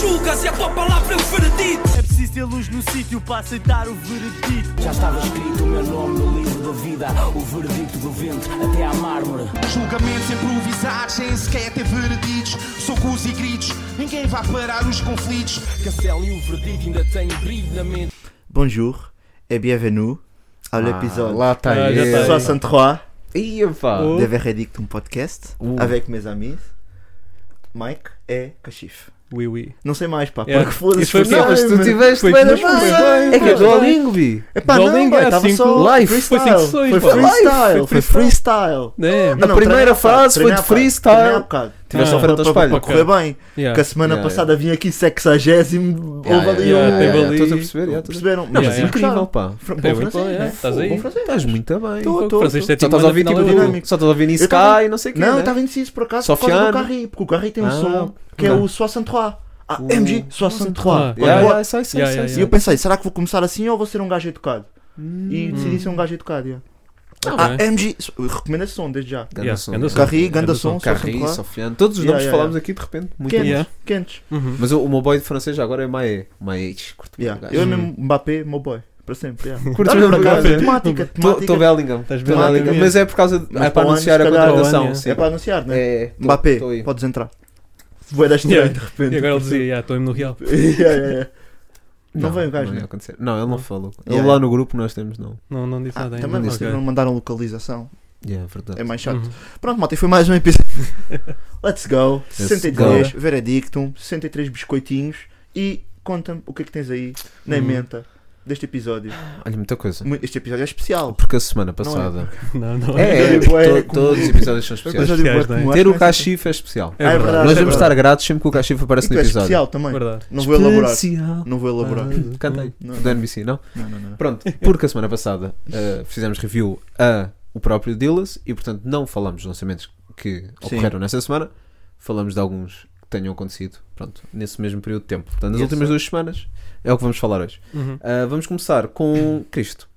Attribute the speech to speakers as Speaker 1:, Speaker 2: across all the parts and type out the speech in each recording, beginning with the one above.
Speaker 1: julgas e a tua palavra é o veredito.
Speaker 2: É preciso ter luz no sítio para aceitar o veredito.
Speaker 3: Já estava escrito o meu nome no livro da vida, o veredito do vento até à mármore.
Speaker 4: Julgamentos improvisados, sem sequer ter vereditos. Socos e gritos, ninguém vai parar os conflitos.
Speaker 3: Castelo e o veredito ainda têm brilho na mente.
Speaker 5: Bonjour et bienvenue
Speaker 6: Ah,
Speaker 5: à l'épisode
Speaker 6: Lá está
Speaker 7: Ah, já
Speaker 6: ele.
Speaker 7: está.
Speaker 5: 63
Speaker 6: Ia pá.
Speaker 7: Oh.
Speaker 5: de Veredict, um podcast
Speaker 6: Uh.
Speaker 5: avec mes amis Mike e Kashif.
Speaker 7: Oui, oui.
Speaker 5: Não sei mais, pá,
Speaker 7: Yeah.
Speaker 5: porque foda-se.
Speaker 7: Isso foi
Speaker 5: forçaram-me.
Speaker 6: Não, mas tu tiveste
Speaker 7: Foi
Speaker 6: bem
Speaker 7: que nos foi bem,
Speaker 6: É que é
Speaker 7: pá.
Speaker 6: Duolingo, bi.
Speaker 5: Epá,
Speaker 7: Duolingo
Speaker 5: não,
Speaker 7: é
Speaker 5: pá, estava
Speaker 7: cinco
Speaker 5: só
Speaker 6: live.
Speaker 5: freestyle.
Speaker 7: Foi cinco sessões,
Speaker 5: Foi
Speaker 7: pá.
Speaker 5: freestyle,
Speaker 7: Live,
Speaker 5: foi
Speaker 7: foi
Speaker 5: freestyle. Não,
Speaker 7: É,
Speaker 6: A primeira
Speaker 5: treinei há bocado,
Speaker 6: fase foi
Speaker 5: treinei
Speaker 6: de
Speaker 5: há bocado,
Speaker 6: freestyle.
Speaker 5: treinei há bocado.
Speaker 6: Tiveste
Speaker 7: Ah.
Speaker 6: a frente ao
Speaker 5: Para- para- Para
Speaker 6: espelho.
Speaker 5: correr bem, que
Speaker 7: yeah.
Speaker 5: a semana
Speaker 6: Yeah,
Speaker 5: passada vim aqui sexagésimo,
Speaker 6: Yeah,
Speaker 5: houve ali um...
Speaker 6: yeah, yeah, yeah,
Speaker 7: teve ali-
Speaker 6: Estás a perceber? yeah, Eh estás a-
Speaker 5: Perceberam?
Speaker 7: Não,
Speaker 5: Mas
Speaker 7: mas é
Speaker 5: eles gostaram.
Speaker 6: Incrível, pá.
Speaker 5: Fr-
Speaker 7: Teve
Speaker 5: bom
Speaker 7: muito bom,
Speaker 5: francês,
Speaker 7: é.
Speaker 5: né?
Speaker 7: Estás
Speaker 5: Bom
Speaker 7: aí?
Speaker 5: francês.
Speaker 6: Estás muito bem.
Speaker 5: Tô,
Speaker 7: O
Speaker 5: tô,
Speaker 7: francês
Speaker 5: tô.
Speaker 7: tem
Speaker 6: Só estás a ouvir tipo
Speaker 7: manda final é
Speaker 5: dinâmico.
Speaker 6: Só estás a ouvir
Speaker 5: Eu tava-
Speaker 6: Sky e não sei o quê.
Speaker 5: Não, eu
Speaker 6: né?
Speaker 5: estava indeciso por acaso por causa do
Speaker 6: Sofiane.
Speaker 5: Carri, porque o Carri tem um
Speaker 6: Ah,
Speaker 5: som que é
Speaker 6: ok.
Speaker 5: o Ah, 63, a
Speaker 6: O-
Speaker 5: MG 63.
Speaker 7: Yeah,
Speaker 5: Olha,
Speaker 6: Yeah,
Speaker 5: boa.
Speaker 6: yeah, sei, sei,
Speaker 7: Yeah,
Speaker 6: sei,
Speaker 7: yeah,
Speaker 5: E
Speaker 6: sei.
Speaker 5: eu pensei, será que vou começar assim ou vou ser um gajo educado?
Speaker 6: Hum.
Speaker 5: E decidi ser um gajo educado. yeah. Ah,
Speaker 7: Tá
Speaker 5: A
Speaker 7: bem.
Speaker 5: MG, recomendo esse som desde já.
Speaker 6: Ganda
Speaker 7: Yeah,
Speaker 6: som,
Speaker 7: ganda
Speaker 6: yeah.
Speaker 7: som.
Speaker 5: Carri,
Speaker 7: Ganda
Speaker 5: ganda
Speaker 7: som.
Speaker 5: som,
Speaker 6: é Carri,
Speaker 5: 63.
Speaker 6: Sofiane. Todos os
Speaker 5: Yeah,
Speaker 6: nomes
Speaker 5: yeah,
Speaker 6: falámos aqui de repente. Muito
Speaker 5: Quentes,
Speaker 7: Yeah.
Speaker 5: quentes.
Speaker 7: Uhum.
Speaker 6: Mas o, o meu boy de francês já agora é Maé. Maé, curto bem o
Speaker 5: Yeah.
Speaker 6: gajo.
Speaker 5: Eu é mesmo Mbappé, meu boy. Para sempre. yeah.
Speaker 6: Curto
Speaker 5: Olha,
Speaker 6: mesmo
Speaker 5: por
Speaker 6: o
Speaker 5: acaso,
Speaker 6: gajo.
Speaker 5: Temática,
Speaker 6: Estou
Speaker 5: temática.
Speaker 6: Bellingham.
Speaker 7: Estás
Speaker 6: Tô
Speaker 7: bem.
Speaker 6: Bellingham.
Speaker 5: Bellingham.
Speaker 6: Mas é por causa. de-
Speaker 5: Mas
Speaker 6: É para
Speaker 5: para o ano,
Speaker 6: anunciar
Speaker 5: se
Speaker 6: a
Speaker 5: calhar,
Speaker 7: é.
Speaker 6: contratação. sim.
Speaker 5: É para anunciar, né?
Speaker 6: É. tô-
Speaker 5: Mbappé,
Speaker 6: tô aí.
Speaker 5: podes entrar. Vou deste
Speaker 7: Yeah.
Speaker 5: yeah. de repente.
Speaker 7: E agora ele dizia, yeah, estou mesmo no real.
Speaker 5: Yeah, yeah, yeah. Não veio o gajo,
Speaker 6: não
Speaker 5: né?
Speaker 6: ia acontecer. Não, ele não falou.
Speaker 5: Yeah.
Speaker 6: Ele lá no grupo nós temos, não.
Speaker 7: Não, não disse
Speaker 5: Ah,
Speaker 7: nada ainda.
Speaker 5: também não,
Speaker 7: Ok.
Speaker 5: não mandaram localização.
Speaker 6: Yeah, é verdade.
Speaker 5: É mais chato.
Speaker 7: Uhum.
Speaker 5: Pronto, malta, e foi mais um episódio. Let's go. 63, Veredictum, 63 biscoitinhos. E conta-me o que é que tens aí na
Speaker 7: Hum.
Speaker 5: menta deste episódio.
Speaker 6: Olha, muita coisa.
Speaker 5: Mu- Este episódio é especial.
Speaker 6: Porque a semana passada.
Speaker 7: Uhum. Não, não.
Speaker 6: É,
Speaker 5: É,
Speaker 6: é, porque
Speaker 5: é,
Speaker 6: to-
Speaker 5: é como-
Speaker 6: todos os episódios são especiais.
Speaker 5: Episódio
Speaker 7: especiais,
Speaker 5: bué
Speaker 7: não é?
Speaker 5: como
Speaker 6: Ter
Speaker 5: acho,
Speaker 6: o
Speaker 5: não é?
Speaker 6: Cachif é especial.
Speaker 7: É verdade.
Speaker 5: verdade.
Speaker 6: Nós
Speaker 5: é
Speaker 6: vamos estar gratos sempre que o Cachif
Speaker 5: E
Speaker 6: aparece
Speaker 5: tu
Speaker 6: no
Speaker 5: és
Speaker 6: episódio.
Speaker 5: Então é especial também.
Speaker 7: Verdade.
Speaker 5: Não vou elaborar.
Speaker 6: Especial.
Speaker 5: Não vou elaborar.
Speaker 6: Ah, Cantei.
Speaker 5: Não,
Speaker 6: Do NBC, não?
Speaker 5: Não, não, não.
Speaker 6: Pronto, porque a semana passada uh, fizemos review a o próprio Dillas e, portanto, não falamos dos lançamentos que
Speaker 5: Sim.
Speaker 6: ocorreram nessa semana, falamos de alguns que tenham acontecido, pronto, nesse mesmo período de tempo. Portanto, nas
Speaker 5: Yes,
Speaker 6: últimas
Speaker 5: sir.
Speaker 6: duas semanas é o que vamos falar hoje.
Speaker 7: Uhum.
Speaker 6: Uh, vamos começar com Cristo.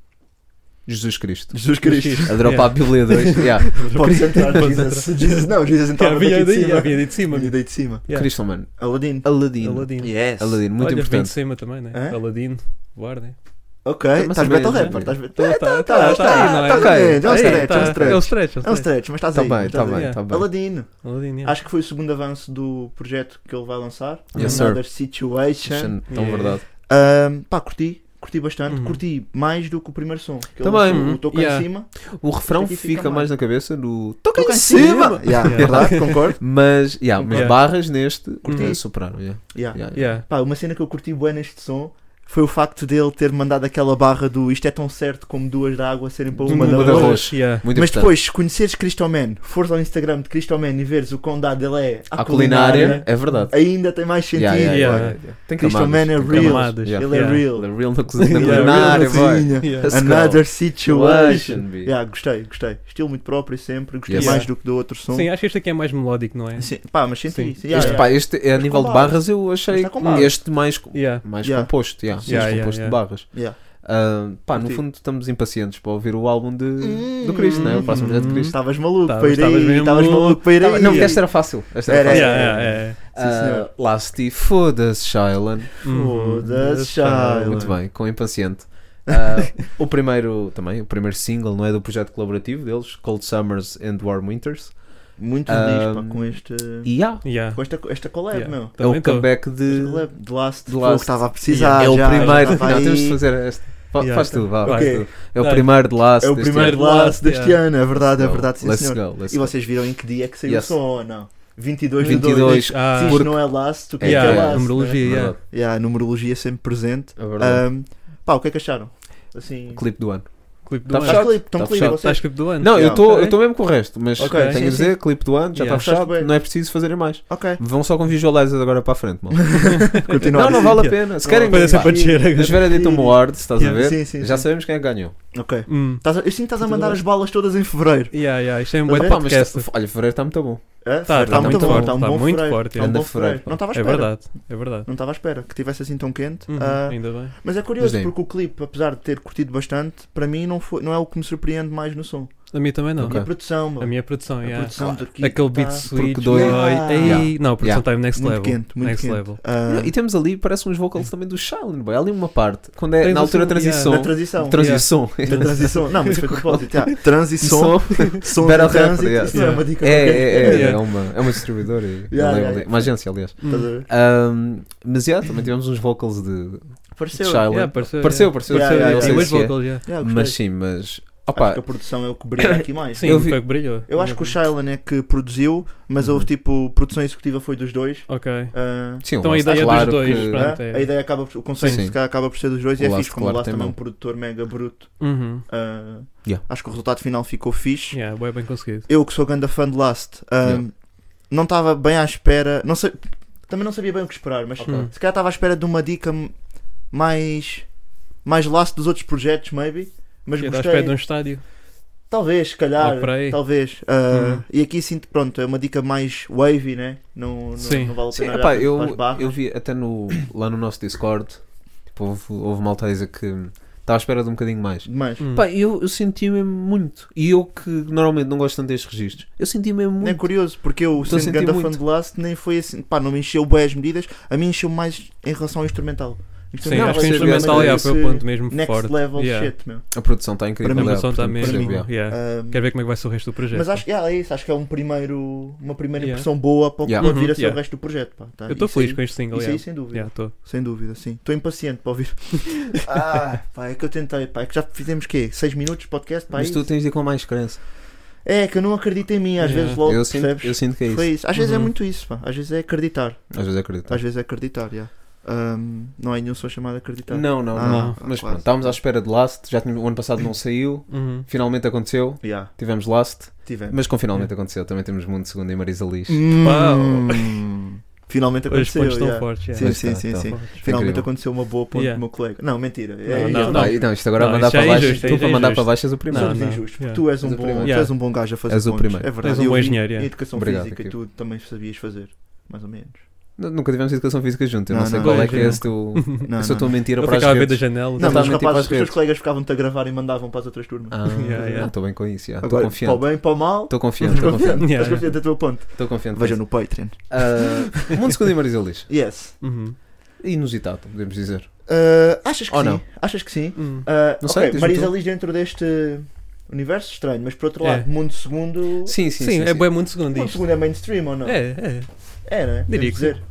Speaker 6: Jesus Cristo.
Speaker 5: Jesus Cristo.
Speaker 6: A dropar a Bíblia 2. Yeah.
Speaker 5: Podes
Speaker 7: é
Speaker 5: entrar, Jesus. Jesus- Não, Jesus
Speaker 7: Que
Speaker 5: entrava
Speaker 7: havia
Speaker 5: daqui de
Speaker 7: daí,
Speaker 5: cima.
Speaker 7: havia daí de cima.
Speaker 5: Vinha daí de cima.
Speaker 7: Yeah.
Speaker 6: Cristo, mano.
Speaker 5: Aladdin.
Speaker 6: Aladino. Aladino,
Speaker 7: Aladino.
Speaker 5: Yes.
Speaker 6: muito
Speaker 7: Olha, vem de
Speaker 6: importante.
Speaker 7: cima também, né?
Speaker 5: Hã?
Speaker 7: Aladino,
Speaker 5: É
Speaker 7: guardem.
Speaker 5: um Ok,
Speaker 6: Mas
Speaker 5: estás
Speaker 6: também-
Speaker 5: Battle Rapper. Estás Battle
Speaker 7: Tá,
Speaker 5: tá,
Speaker 7: tá,
Speaker 5: tá,
Speaker 7: não é?
Speaker 5: tá,
Speaker 6: tá,
Speaker 5: é um
Speaker 7: Aí,
Speaker 5: stretch, é
Speaker 7: tá.
Speaker 5: um stretch.
Speaker 7: É um stretch, é
Speaker 5: É um
Speaker 7: um stretch.
Speaker 5: stretch, mas estás
Speaker 6: Está
Speaker 5: aí.
Speaker 6: Tá bem,
Speaker 5: estás
Speaker 6: está
Speaker 5: aí.
Speaker 6: bem,
Speaker 7: Yeah.
Speaker 6: está bem.
Speaker 5: Aladino.
Speaker 7: Aladino, yeah.
Speaker 5: Acho que foi o segundo avanço do projeto que ele vai lançar.
Speaker 6: Yes, sir.
Speaker 5: Another Situation.
Speaker 6: Tão
Speaker 7: Yeah.
Speaker 6: verdade.
Speaker 5: Ahm, pá, curti. Curti bastante.
Speaker 7: Uhum.
Speaker 5: Curti mais do que o primeiro som. Que ele
Speaker 6: Também,
Speaker 5: lançou,
Speaker 6: uhum.
Speaker 5: O toco
Speaker 7: Yeah.
Speaker 5: em cima.
Speaker 6: O refrão
Speaker 5: aqui
Speaker 6: fica,
Speaker 5: fica mais.
Speaker 6: mais na cabeça no. Toca
Speaker 5: Toco
Speaker 6: em cima!
Speaker 5: Yeah,
Speaker 7: Yeah.
Speaker 5: Verdade, concordo. Uhum.
Speaker 6: Mas, yeah, mas
Speaker 7: Yeah.
Speaker 6: barras neste
Speaker 7: Curti.
Speaker 6: eh, superaram. Yeah.
Speaker 5: Yeah.
Speaker 6: Yeah, yeah.
Speaker 7: Yeah.
Speaker 5: Pá, uma cena que eu curti bué neste som foi o facto dele ter mandado aquela barra do isto é tão certo como duas da água serem para uma,
Speaker 6: Uma
Speaker 5: da
Speaker 6: da
Speaker 5: rocha.
Speaker 6: rocha.
Speaker 7: Yeah.
Speaker 6: Muito
Speaker 5: Mas
Speaker 6: importante.
Speaker 5: depois, se conheceres Cristoman, fores ao Instagram de Cristoman e veres o quão dado ele é à
Speaker 6: a culinária, é verdade.
Speaker 5: ainda tem mais sentido.
Speaker 6: Yeah, yeah,
Speaker 5: pá.
Speaker 6: yeah,
Speaker 7: Yeah.
Speaker 6: yeah, yeah. Tem
Speaker 5: Crystal
Speaker 6: camadas,
Speaker 5: Man é
Speaker 6: tem
Speaker 5: real.
Speaker 6: camadas.
Speaker 7: Camadas.
Speaker 6: Yeah.
Speaker 5: Ele é
Speaker 7: Yeah.
Speaker 5: real.
Speaker 6: Ele é real na cozinha, na
Speaker 7: Yeah.
Speaker 6: culinária,
Speaker 5: Real na
Speaker 6: boy.
Speaker 5: cozinha.
Speaker 7: Yeah.
Speaker 6: Let's go.
Speaker 5: Another situation.
Speaker 6: Situation, bi.
Speaker 5: Yeah, gostei, gostei. Estilo muito próprio sempre. Gostei
Speaker 6: Yes.
Speaker 5: mais
Speaker 7: Yeah.
Speaker 5: do que do outro som.
Speaker 7: Sim, acho que este aqui é mais melódico, não é?
Speaker 5: Sim, Pá, mas senti.
Speaker 7: Sim.
Speaker 5: Sim, yeah,
Speaker 6: Este,
Speaker 5: yeah.
Speaker 6: pá, este, a
Speaker 5: Mas
Speaker 6: nível
Speaker 5: com
Speaker 6: de
Speaker 5: barras.
Speaker 6: barras, eu achei
Speaker 5: Mas tá com barras.
Speaker 6: este mais,
Speaker 7: Yeah.
Speaker 6: mais
Speaker 5: Yeah.
Speaker 6: composto. Yeah,
Speaker 7: Yeah,
Speaker 6: mais
Speaker 7: yeah,
Speaker 6: composto
Speaker 7: yeah.
Speaker 6: de barras.
Speaker 5: Yeah.
Speaker 6: Ah, pá, no
Speaker 5: Curti.
Speaker 6: fundo estamos impacientes para ouvir o álbum de,
Speaker 5: Hum.
Speaker 6: do Cristo, né? o próximo projeto de Cristo.
Speaker 5: Estavas maluco
Speaker 7: Estavas-
Speaker 5: para ir
Speaker 7: estavas
Speaker 5: aí.
Speaker 7: mesmo-
Speaker 5: Estavas maluco para ir aí.
Speaker 6: não, porque esta era fácil. Esta
Speaker 5: Era,
Speaker 6: era, fácil.
Speaker 5: era.
Speaker 7: Ah, Yeah, yeah, é. yeah.
Speaker 5: Sim,
Speaker 6: Ah,
Speaker 5: senhor.
Speaker 6: lá se ti, foda-se, Shailan.
Speaker 7: Uhum.
Speaker 5: Foda-se, Shailan.
Speaker 6: Muito bem, com impaciente. Ah, o primeiro também, o primeiro single, não é do projeto colaborativo deles, Cold Summers and Warm Winters.
Speaker 5: Muito
Speaker 6: Ah,
Speaker 5: feliz pá, com este.
Speaker 6: E há,
Speaker 7: Yeah.
Speaker 5: Com esta, esta collab,
Speaker 7: Yeah.
Speaker 5: meu.
Speaker 6: é o
Speaker 7: Também tô.
Speaker 6: comeback de.
Speaker 5: Esta collab de Last.
Speaker 6: The
Speaker 5: foi o que
Speaker 6: Last.
Speaker 5: estava a precisar.
Speaker 6: é o
Speaker 5: já,
Speaker 6: primeiro.
Speaker 5: já estava
Speaker 6: Não,
Speaker 5: aí.
Speaker 6: temos de fazer este. Fa-
Speaker 7: Yeah,
Speaker 6: faz tu, vá, faz
Speaker 5: Ok.
Speaker 6: tu. É o
Speaker 7: Dá.
Speaker 6: primeiro de last.
Speaker 5: É o
Speaker 6: deste
Speaker 5: primeiro
Speaker 7: primeiro
Speaker 5: de Last
Speaker 7: Last,
Speaker 5: deste
Speaker 7: yeah.
Speaker 5: ano. É verdade, é
Speaker 6: Go.
Speaker 5: verdade, sim,
Speaker 6: Let's
Speaker 5: senhor.
Speaker 6: go, let's
Speaker 5: E vocês viram em que dia é que saiu
Speaker 6: Yes.
Speaker 5: o som ou não?
Speaker 6: go.
Speaker 5: 22 de 2.
Speaker 6: 22.
Speaker 5: Se
Speaker 7: Ah,
Speaker 5: isto
Speaker 6: porque-
Speaker 5: não é last, o que é
Speaker 7: yeah,
Speaker 5: que é
Speaker 6: yeah,
Speaker 5: last?
Speaker 7: numerologia,
Speaker 6: É
Speaker 7: yeah.
Speaker 6: verdade,
Speaker 5: né? Yeah, a numerologia sempre presente.
Speaker 6: é verdade.
Speaker 5: Ahm, pá, o que é que acharam? Assim,
Speaker 6: Clipe do ano.
Speaker 7: Clipe do
Speaker 6: Tá
Speaker 7: ano.
Speaker 6: fechado?
Speaker 5: está clipe, estão
Speaker 6: Tá
Speaker 5: clipe,
Speaker 6: fechado.
Speaker 5: vocês.
Speaker 7: Estás clipe do ano?
Speaker 6: Não, eu
Speaker 5: Yeah.
Speaker 6: estou
Speaker 7: Ok.
Speaker 6: eu tô mesmo com o resto, mas
Speaker 5: Ok,
Speaker 6: tenho
Speaker 7: sim,
Speaker 6: a dizer, clipe do ano, já está
Speaker 7: Yeah.
Speaker 5: Fechaste bem.
Speaker 6: fechado, não é preciso fazerem mais.
Speaker 5: Ok,
Speaker 6: Vão só com visualizers agora para a frente, mal.
Speaker 5: continuar.
Speaker 6: Não, não vale a pena. Se querem
Speaker 7: Depois é sempre
Speaker 6: pá,
Speaker 7: a descer agora.
Speaker 6: As Veredict Awards, um estás a ver?
Speaker 5: Sim, sim,
Speaker 6: Já
Speaker 5: sim.
Speaker 6: sabemos quem é que ganhou.
Speaker 5: Ok.
Speaker 7: Hum.
Speaker 5: Estás a- eu sinto que estás a
Speaker 7: Tudo
Speaker 5: mandar
Speaker 7: bem.
Speaker 5: as balas todas em fevereiro.
Speaker 7: Yeah, yeah, isto é um
Speaker 5: Mas
Speaker 7: bom
Speaker 5: é
Speaker 6: Pá, mas
Speaker 7: podcast.
Speaker 6: tá- olha, fevereiro está muito bom.
Speaker 5: É?
Speaker 7: Tá,
Speaker 5: Fevereiro,
Speaker 6: tá muito
Speaker 5: bom,
Speaker 6: forte,
Speaker 5: tá um
Speaker 7: tá
Speaker 5: bom
Speaker 7: muito
Speaker 5: fevereiro,
Speaker 7: forte,
Speaker 5: tá um
Speaker 6: anda
Speaker 5: bom
Speaker 6: fevereiro,
Speaker 5: fevereiro.
Speaker 6: pá.
Speaker 5: Não estava à
Speaker 7: É
Speaker 5: espera.
Speaker 7: verdade, é verdade.
Speaker 5: Não estava à espera que tivesse assim tão quente.
Speaker 7: Uhum,
Speaker 5: Ah,
Speaker 7: Ainda bem.
Speaker 5: mas é curioso
Speaker 6: Mas nem-
Speaker 5: porque o clipe, apesar de ter curtido bastante, para mim não, foi, não é o que me surpreende mais no som.
Speaker 7: A minha também não.
Speaker 6: Ok.
Speaker 5: A produção, meu.
Speaker 7: A minha produção,
Speaker 5: A
Speaker 7: yeah.
Speaker 5: produção daqui
Speaker 7: Aquele beat
Speaker 5: tá
Speaker 7: sweet.
Speaker 6: Porque dói.
Speaker 7: boy.
Speaker 5: Ah.
Speaker 7: Ei,
Speaker 6: Yeah.
Speaker 7: Não, a produção
Speaker 6: Yeah.
Speaker 7: está next
Speaker 5: muito
Speaker 7: level.
Speaker 5: quente, muito
Speaker 7: next
Speaker 5: quente.
Speaker 7: level.
Speaker 5: Ah,
Speaker 6: E temos ali, parece uns vocals também do Shaolin, boy. Há ali uma parte, quando é
Speaker 7: Tem
Speaker 6: na
Speaker 7: um
Speaker 6: altura da
Speaker 7: som, yeah.
Speaker 6: transição.
Speaker 5: da transição.
Speaker 6: Transição.
Speaker 5: Da transição. Não, mas foi de propósito. já. Transição.
Speaker 6: Som.
Speaker 5: Som
Speaker 6: Battle
Speaker 5: de trânsito.
Speaker 6: rapper,
Speaker 5: Isso não é
Speaker 7: yeah.
Speaker 5: uma dica.
Speaker 6: É, é, é,
Speaker 5: qualquer.
Speaker 6: é uma, é uma distribuidora. e-
Speaker 5: Yeah,
Speaker 6: uma,
Speaker 5: yeah.
Speaker 6: uma agência, aliás.
Speaker 5: Estás a ver?
Speaker 6: Ahm, mas yeah, também tivemos uns vocals de, de
Speaker 5: Uhum. Pareceu.
Speaker 6: Shaolin.
Speaker 7: Yeah, pareceu.
Speaker 6: Pareceu,
Speaker 7: yeah.
Speaker 6: pareceu.
Speaker 5: Yeah,
Speaker 6: pareceu,
Speaker 5: yeah,
Speaker 6: não
Speaker 5: yeah.
Speaker 6: sei
Speaker 7: É, Tem dois
Speaker 6: se é.
Speaker 7: vocals, yeah.
Speaker 5: Yeah,
Speaker 6: Mas
Speaker 5: gostei.
Speaker 6: sim, mas.
Speaker 5: Acho
Speaker 6: Opa,
Speaker 5: que a produção é o que brilha aqui mais.
Speaker 7: Sim,
Speaker 6: Eu
Speaker 7: eu
Speaker 6: vi-
Speaker 7: foi o que brilhou.
Speaker 5: Eu acho que o Shylon é que produziu, mas houve tipo, produção executiva foi dos dois.
Speaker 7: Ok.
Speaker 5: Ah,
Speaker 6: sim,
Speaker 7: Então
Speaker 6: o
Speaker 7: a
Speaker 6: Last,
Speaker 7: ideia
Speaker 6: claro
Speaker 7: dos dois,
Speaker 6: que-
Speaker 7: pronto.
Speaker 5: ah,
Speaker 7: é.
Speaker 5: A ideia acaba, por- o conceito
Speaker 6: Sim.
Speaker 5: se calhar acaba por ser dos dois e
Speaker 6: O
Speaker 5: é
Speaker 6: Last,
Speaker 5: fixe, como o
Speaker 6: claro,
Speaker 5: Last
Speaker 6: tem
Speaker 5: também é um
Speaker 6: mão.
Speaker 5: produtor mega bruto.
Speaker 7: Uhum.
Speaker 5: Ah,
Speaker 6: Yeah.
Speaker 5: Acho que o resultado final ficou fixe.
Speaker 7: Yeah, bué bem conseguido.
Speaker 5: Eu que sou grande fã de Last, ah,
Speaker 6: Yeah.
Speaker 5: não estava bem à espera. Não sei, também não sabia bem o que esperar, mas
Speaker 7: Ok.
Speaker 5: se calhar estava à espera de uma dica m- mais, mais Last dos outros projetos, maybe. Mas
Speaker 7: Mas yeah,
Speaker 5: gostei.
Speaker 7: pé de um estádio.
Speaker 5: Talvez, se calhar.
Speaker 7: Ou por aí.
Speaker 5: Talvez. Ah,
Speaker 7: Uhum.
Speaker 5: E aqui sinto, pronto, é uma dica mais wavy, né? Não, não,
Speaker 7: Sim.
Speaker 5: não vale a
Speaker 6: Sim,
Speaker 5: pena.
Speaker 6: epá,
Speaker 5: olhar para-
Speaker 6: eu,
Speaker 5: para as barras.
Speaker 6: eu vi até no, lá no nosso Discord, tipo, houve, houve malta a dizer que estava à espera de um bocadinho mais.
Speaker 5: Mas,
Speaker 7: Hum.
Speaker 6: Pá, eu, eu senti mesmo muito. E eu que normalmente não gosto tanto destes registros, eu senti mesmo
Speaker 5: nem é
Speaker 6: muito.
Speaker 5: curioso, porque eu,
Speaker 6: Estou a
Speaker 5: sendo
Speaker 6: sentir
Speaker 5: grande fã
Speaker 6: muito.
Speaker 5: de Last, nem foi assim. Pá, não me encheu bem as medidas. A mim encheu mais em relação ao instrumental.
Speaker 7: Sim, acho
Speaker 6: Não,
Speaker 7: que o
Speaker 6: vocês
Speaker 7: instrumental
Speaker 6: viram
Speaker 7: yeah,
Speaker 5: esse
Speaker 7: foi o ponto mesmo
Speaker 5: Next
Speaker 7: forte.
Speaker 5: level
Speaker 7: Yeah.
Speaker 5: shit, meu.
Speaker 6: A produção está incrível.
Speaker 5: Para mim,
Speaker 7: A
Speaker 6: é,
Speaker 7: produção está
Speaker 6: portanto,
Speaker 7: mesmo.
Speaker 5: mim.
Speaker 6: percebo, yeah.
Speaker 7: yeah.
Speaker 5: Ah,
Speaker 7: Quero ver como é que vai ser o resto do projeto.
Speaker 5: mas acho que yeah, é isso, acho que é um primeiro, uma primeira
Speaker 7: Yeah.
Speaker 5: impressão boa para o que
Speaker 6: Yeah.
Speaker 5: pode vir a
Speaker 7: Uhum,
Speaker 5: ser o
Speaker 7: yeah.
Speaker 5: resto do projeto. Pá, tá,
Speaker 7: eu estou
Speaker 5: isso
Speaker 7: feliz
Speaker 5: aí-
Speaker 7: com este single.
Speaker 5: Isso aí,
Speaker 7: yeah.
Speaker 5: sem dúvida.
Speaker 7: Yeah, tô.
Speaker 5: Sem dúvida, sim. Estou impaciente para ouvir. ah, pá, é que eu tentei, pá. É que já fizemos quê? 6 minutos de podcast, pá.
Speaker 6: Mas
Speaker 5: é
Speaker 6: tu
Speaker 5: isso?
Speaker 6: tens de ir com mais crença.
Speaker 5: É, que eu não acredito em mim, às
Speaker 7: Yeah.
Speaker 5: vezes logo,
Speaker 6: eu, sinto,
Speaker 5: percebes?
Speaker 6: eu sinto que é
Speaker 5: Foi
Speaker 6: isso.
Speaker 5: isso. Às vezes é
Speaker 7: Uhum.
Speaker 5: muito isso, pá. Às vezes é acreditar.
Speaker 6: Às vezes acredito.
Speaker 5: Às vezes é acreditar, já. Ahm, não é nenhum som chamado acreditar.
Speaker 6: Não, não,
Speaker 5: Ah,
Speaker 6: não.
Speaker 5: ah,
Speaker 6: Mas
Speaker 5: quase.
Speaker 6: pronto, estávamos à espera de Last, já tínhamos, o ano passado não saiu,
Speaker 7: Uhum.
Speaker 6: finalmente aconteceu,
Speaker 5: Já,
Speaker 6: tivemos Last,
Speaker 5: tivemos.
Speaker 6: mas com finalmente aconteceu, também temos Mundo Segundo e Marisa Liz.
Speaker 5: Hum, finalmente
Speaker 7: Os
Speaker 5: aconteceu.
Speaker 7: pontos estão
Speaker 5: já.
Speaker 7: fortes. yeah.
Speaker 5: Sim,
Speaker 6: Mas
Speaker 5: sim,
Speaker 6: tá,
Speaker 5: sim,
Speaker 6: tá.
Speaker 5: sim.
Speaker 7: Fortes.
Speaker 5: Finalmente
Speaker 6: Incrível.
Speaker 5: aconteceu uma boa ponto
Speaker 7: Yeah.
Speaker 5: do meu colega. Não, mentira.
Speaker 7: Não,
Speaker 5: é,
Speaker 7: não,
Speaker 5: isso.
Speaker 7: não.
Speaker 6: Pá, e não, isto agora
Speaker 7: Não,
Speaker 6: a mandar
Speaker 7: isto é
Speaker 6: para baixo,
Speaker 7: injusto,
Speaker 6: tu
Speaker 7: é
Speaker 6: para mandar para
Speaker 7: injusto.
Speaker 6: baixo és o primeiro.
Speaker 7: Não,
Speaker 5: Somos
Speaker 7: não.
Speaker 5: injustos, porque
Speaker 7: Yeah.
Speaker 5: tu és um,
Speaker 6: És o
Speaker 5: bom,
Speaker 6: primeiro.
Speaker 5: tu
Speaker 7: Yeah.
Speaker 5: és um bom gajo a fazer
Speaker 6: És o
Speaker 5: pontos.
Speaker 6: primeiro.
Speaker 5: É verdade.
Speaker 7: És um
Speaker 5: eu
Speaker 7: bom
Speaker 5: vi
Speaker 7: engenheiro, yeah.
Speaker 5: Educação
Speaker 6: Obrigado,
Speaker 5: física e
Speaker 6: Kiko.
Speaker 5: tu também sabias fazer, mais ou menos.
Speaker 6: Nunca tivemos educação física juntos, eu não,
Speaker 5: Não,
Speaker 6: sei
Speaker 5: não,
Speaker 6: qual é
Speaker 7: não.
Speaker 6: que é esse teu.
Speaker 5: Não,
Speaker 6: essa
Speaker 5: não,
Speaker 6: tua
Speaker 5: não.
Speaker 6: mentira
Speaker 7: Eu
Speaker 6: para as
Speaker 7: ficava a ver da
Speaker 6: redes.
Speaker 5: Não,
Speaker 7: janela.
Speaker 5: mas
Speaker 6: Totalmente
Speaker 5: os rapazes, os
Speaker 6: para as
Speaker 5: teus
Speaker 6: redes.
Speaker 5: colegas ficavam-te a gravar e mandavam para as outras turmas.
Speaker 6: Ah,
Speaker 7: Yeah, yeah.
Speaker 6: não, estou bem com isso, yeah, estou
Speaker 5: Agora, para o
Speaker 6: confiante.
Speaker 5: bem, para o mal,
Speaker 6: Estou confiante, estou confiante.
Speaker 7: Yeah,
Speaker 5: estás
Speaker 7: yeah.
Speaker 5: confiante da tua ponte.
Speaker 6: Estou confiante.
Speaker 5: Veja no Patreon.
Speaker 6: Ah, Mundo Segundo e Marisa Liz.
Speaker 5: Yes.
Speaker 7: Uhum.
Speaker 6: Inusitado, podemos dizer.
Speaker 5: Ah, achas que
Speaker 6: Ou
Speaker 5: sim?
Speaker 6: não?
Speaker 5: Achas que sim?
Speaker 7: Hum.
Speaker 5: Ah,
Speaker 6: Não
Speaker 5: ok,
Speaker 6: sei, diz-me
Speaker 5: Marisa
Speaker 6: tu.
Speaker 5: Liz dentro deste universo estranho, mas por outro
Speaker 7: É.
Speaker 5: lado, Mundo Segundo.
Speaker 6: Sim, sim, sim.
Speaker 7: Sim, é
Speaker 6: sim.
Speaker 7: bué muito segundo
Speaker 5: Mundo
Speaker 7: isto.
Speaker 5: Segundo é mainstream ou não?
Speaker 7: É, é.
Speaker 5: É, né? Temos
Speaker 7: Diria que
Speaker 5: de
Speaker 7: sim.
Speaker 5: dizer.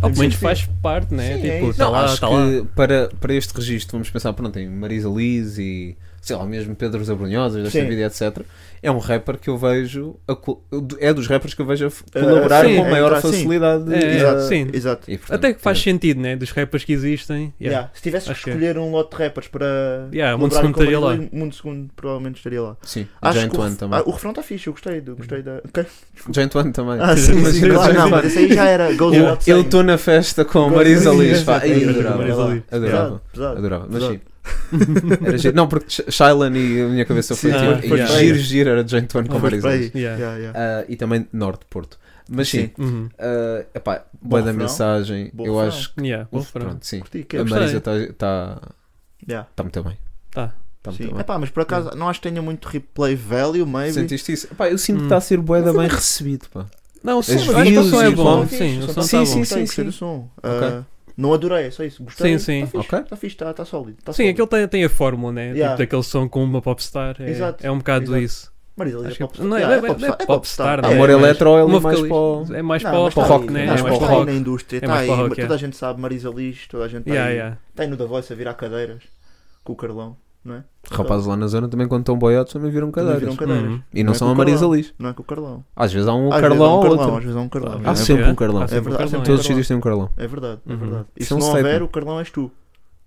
Speaker 7: Ao menos
Speaker 5: Sim.
Speaker 7: faz parte, né?
Speaker 5: Sim, é
Speaker 7: Tipo,
Speaker 5: isso.
Speaker 7: tá
Speaker 6: Não,
Speaker 7: lá,
Speaker 6: acho
Speaker 7: tá lá.
Speaker 6: que para, para este registro vamos pensar, pronto, tem Marisa Liz e sei lá, mesmo Pedro Zabrunhosas, desta
Speaker 5: Sim.
Speaker 6: vida, etc. É um rapper que eu vejo, a co- é dos rappers que eu vejo a f- colaborar
Speaker 7: sim,
Speaker 6: com
Speaker 7: é,
Speaker 6: maior
Speaker 5: tá, sim.
Speaker 6: facilidade.
Speaker 7: É,
Speaker 5: Exato.
Speaker 7: sim.
Speaker 5: Exato.
Speaker 6: E, portanto,
Speaker 7: Até que faz
Speaker 6: sim.
Speaker 7: sentido, né? Dos rappers que existem. Yeah.
Speaker 5: Yeah, Se tivesses
Speaker 7: Acho
Speaker 5: que
Speaker 7: que é.
Speaker 5: escolher um lote de rappers para.
Speaker 7: Yeah,
Speaker 5: colaborarem
Speaker 7: Mundo Segundo
Speaker 5: com
Speaker 7: estaria
Speaker 5: Marisa
Speaker 7: lá.
Speaker 5: Liz, Mundo Segundo provavelmente estaria lá.
Speaker 6: Sim, a
Speaker 5: Acho
Speaker 6: Giant
Speaker 5: que o,
Speaker 6: One
Speaker 5: ref-
Speaker 6: também.
Speaker 5: ah, o refrão está fixe, eu gostei do. Gostei da.
Speaker 6: Giant One também.
Speaker 5: Ah, sim, sim,
Speaker 6: Imagina-
Speaker 5: claro, não, mas esse aí já era Gold
Speaker 6: Eu- Eu estou na festa com a Marisa
Speaker 5: Gosto de Marisa
Speaker 6: Liz. pá.
Speaker 5: Liz,
Speaker 6: Ai,
Speaker 5: adorava,
Speaker 7: Marisa
Speaker 6: Adorava.
Speaker 5: adorava.
Speaker 7: Liz.
Speaker 6: Adorava.
Speaker 5: Pesado,
Speaker 6: Adorava. Mas
Speaker 5: Exato.
Speaker 6: sim. Era giro. Não, porque Sh- Shailan e a minha cabeça foi
Speaker 5: Sim,
Speaker 6: tipo.
Speaker 7: ah,
Speaker 6: "Ei,
Speaker 7: foi para
Speaker 6: Giro,
Speaker 5: aí.
Speaker 6: giro. Era Giant One com
Speaker 5: pesado. Foi
Speaker 6: a Marisa
Speaker 5: para
Speaker 6: Liz.
Speaker 5: aí.
Speaker 7: Yeah.
Speaker 5: Yeah, yeah.
Speaker 6: Ah, E também Norte, Porto. Mas sim.
Speaker 7: Uhum.
Speaker 6: ah, epá, Boa da
Speaker 5: refrão.
Speaker 6: mensagem.
Speaker 5: Bom
Speaker 6: Eu
Speaker 5: refrão.
Speaker 6: acho que.
Speaker 7: Yeah, bom,
Speaker 6: Uf,
Speaker 7: pronto.
Speaker 6: Pronto, sim.
Speaker 5: Curti, que é
Speaker 6: A
Speaker 7: gostei.
Speaker 6: Marisa está
Speaker 5: Yeah,
Speaker 6: tá muito bem.
Speaker 7: Tá.
Speaker 6: Tá
Speaker 5: sim.
Speaker 6: muito bem.
Speaker 5: Epá, mas por acaso não acho que tenha muito replay value, maybe.
Speaker 6: Sentiste isso? Epá, eu sinto que
Speaker 7: Hum.
Speaker 6: está a ser boeda bem recebido. pá.
Speaker 7: Não, o som,
Speaker 6: As
Speaker 7: acho que o
Speaker 6: views
Speaker 7: som
Speaker 6: e
Speaker 7: é
Speaker 6: os
Speaker 7: bom.
Speaker 6: bons.
Speaker 7: Sim, o som
Speaker 6: Sim,
Speaker 7: tá
Speaker 6: sim,
Speaker 7: bom.
Speaker 5: Gostei, gostei do som. Ah,
Speaker 6: Ok.
Speaker 5: não adorei, é só isso. Gostei.
Speaker 7: Sim, sim.
Speaker 5: Está fixe,
Speaker 6: Ok.
Speaker 5: está fixe, está tá sólido. Tá
Speaker 7: Sim,
Speaker 5: sólido.
Speaker 7: aquele tem, tem a fórmula, né?
Speaker 5: Yeah.
Speaker 7: Tipo daquele som com uma popstar. É,
Speaker 5: Exato,
Speaker 7: é um bocado
Speaker 5: exato.
Speaker 7: isso.
Speaker 5: Marisa Liz é
Speaker 7: Acho que-
Speaker 5: popstar.
Speaker 7: não, é-
Speaker 5: Yeah,
Speaker 7: é- é
Speaker 5: popstar.
Speaker 7: popstar, não
Speaker 5: É,
Speaker 6: Amor
Speaker 7: mas-
Speaker 6: Eletro é
Speaker 7: Uma
Speaker 6: mais
Speaker 7: vocalista.
Speaker 6: para o-
Speaker 7: É mais
Speaker 5: Não,
Speaker 7: para o
Speaker 5: mas tá
Speaker 7: para o
Speaker 5: aí,
Speaker 7: rock, né?
Speaker 5: não,
Speaker 7: É
Speaker 5: mas
Speaker 7: mais
Speaker 5: tá
Speaker 7: para o
Speaker 5: aí
Speaker 7: rock.
Speaker 5: na indústria,
Speaker 7: É
Speaker 5: tá
Speaker 7: mais
Speaker 5: aí,
Speaker 7: para o rock,
Speaker 5: toda
Speaker 7: yeah.
Speaker 5: a gente sabe Marisa Liz, toda a gente tá
Speaker 7: Yeah,
Speaker 5: aí.
Speaker 7: yeah.
Speaker 5: Tem no da Voice a virar cadeiras com o Carlão, não é?
Speaker 6: Rapazes lá na zona também, quando estão boiados, também viram
Speaker 5: Também
Speaker 6: cadeiras.
Speaker 5: viram cadeiras.
Speaker 7: Uhum.
Speaker 6: E não,
Speaker 5: Não é
Speaker 6: são
Speaker 5: com
Speaker 6: a
Speaker 5: o
Speaker 6: Marisa
Speaker 5: Carlão.
Speaker 6: Liz.
Speaker 5: Não é com o Carlão.
Speaker 6: Às vezes há um
Speaker 5: Às vezes há
Speaker 6: Carlão
Speaker 5: um
Speaker 6: ou
Speaker 5: Carlão,
Speaker 6: outro.
Speaker 5: às vezes há um Carlão.
Speaker 6: Há
Speaker 5: é
Speaker 6: sempre
Speaker 5: verdade.
Speaker 6: um Carlão.
Speaker 7: Há sempre
Speaker 5: É verdade,
Speaker 7: um
Speaker 6: Todos
Speaker 7: Carlão,
Speaker 6: os sítios têm um Carlão.
Speaker 5: É verdade, é
Speaker 7: Uhum.
Speaker 5: verdade. E
Speaker 6: Isso
Speaker 5: se
Speaker 6: é um
Speaker 5: não houver,
Speaker 6: statement.
Speaker 5: o Carlão és tu.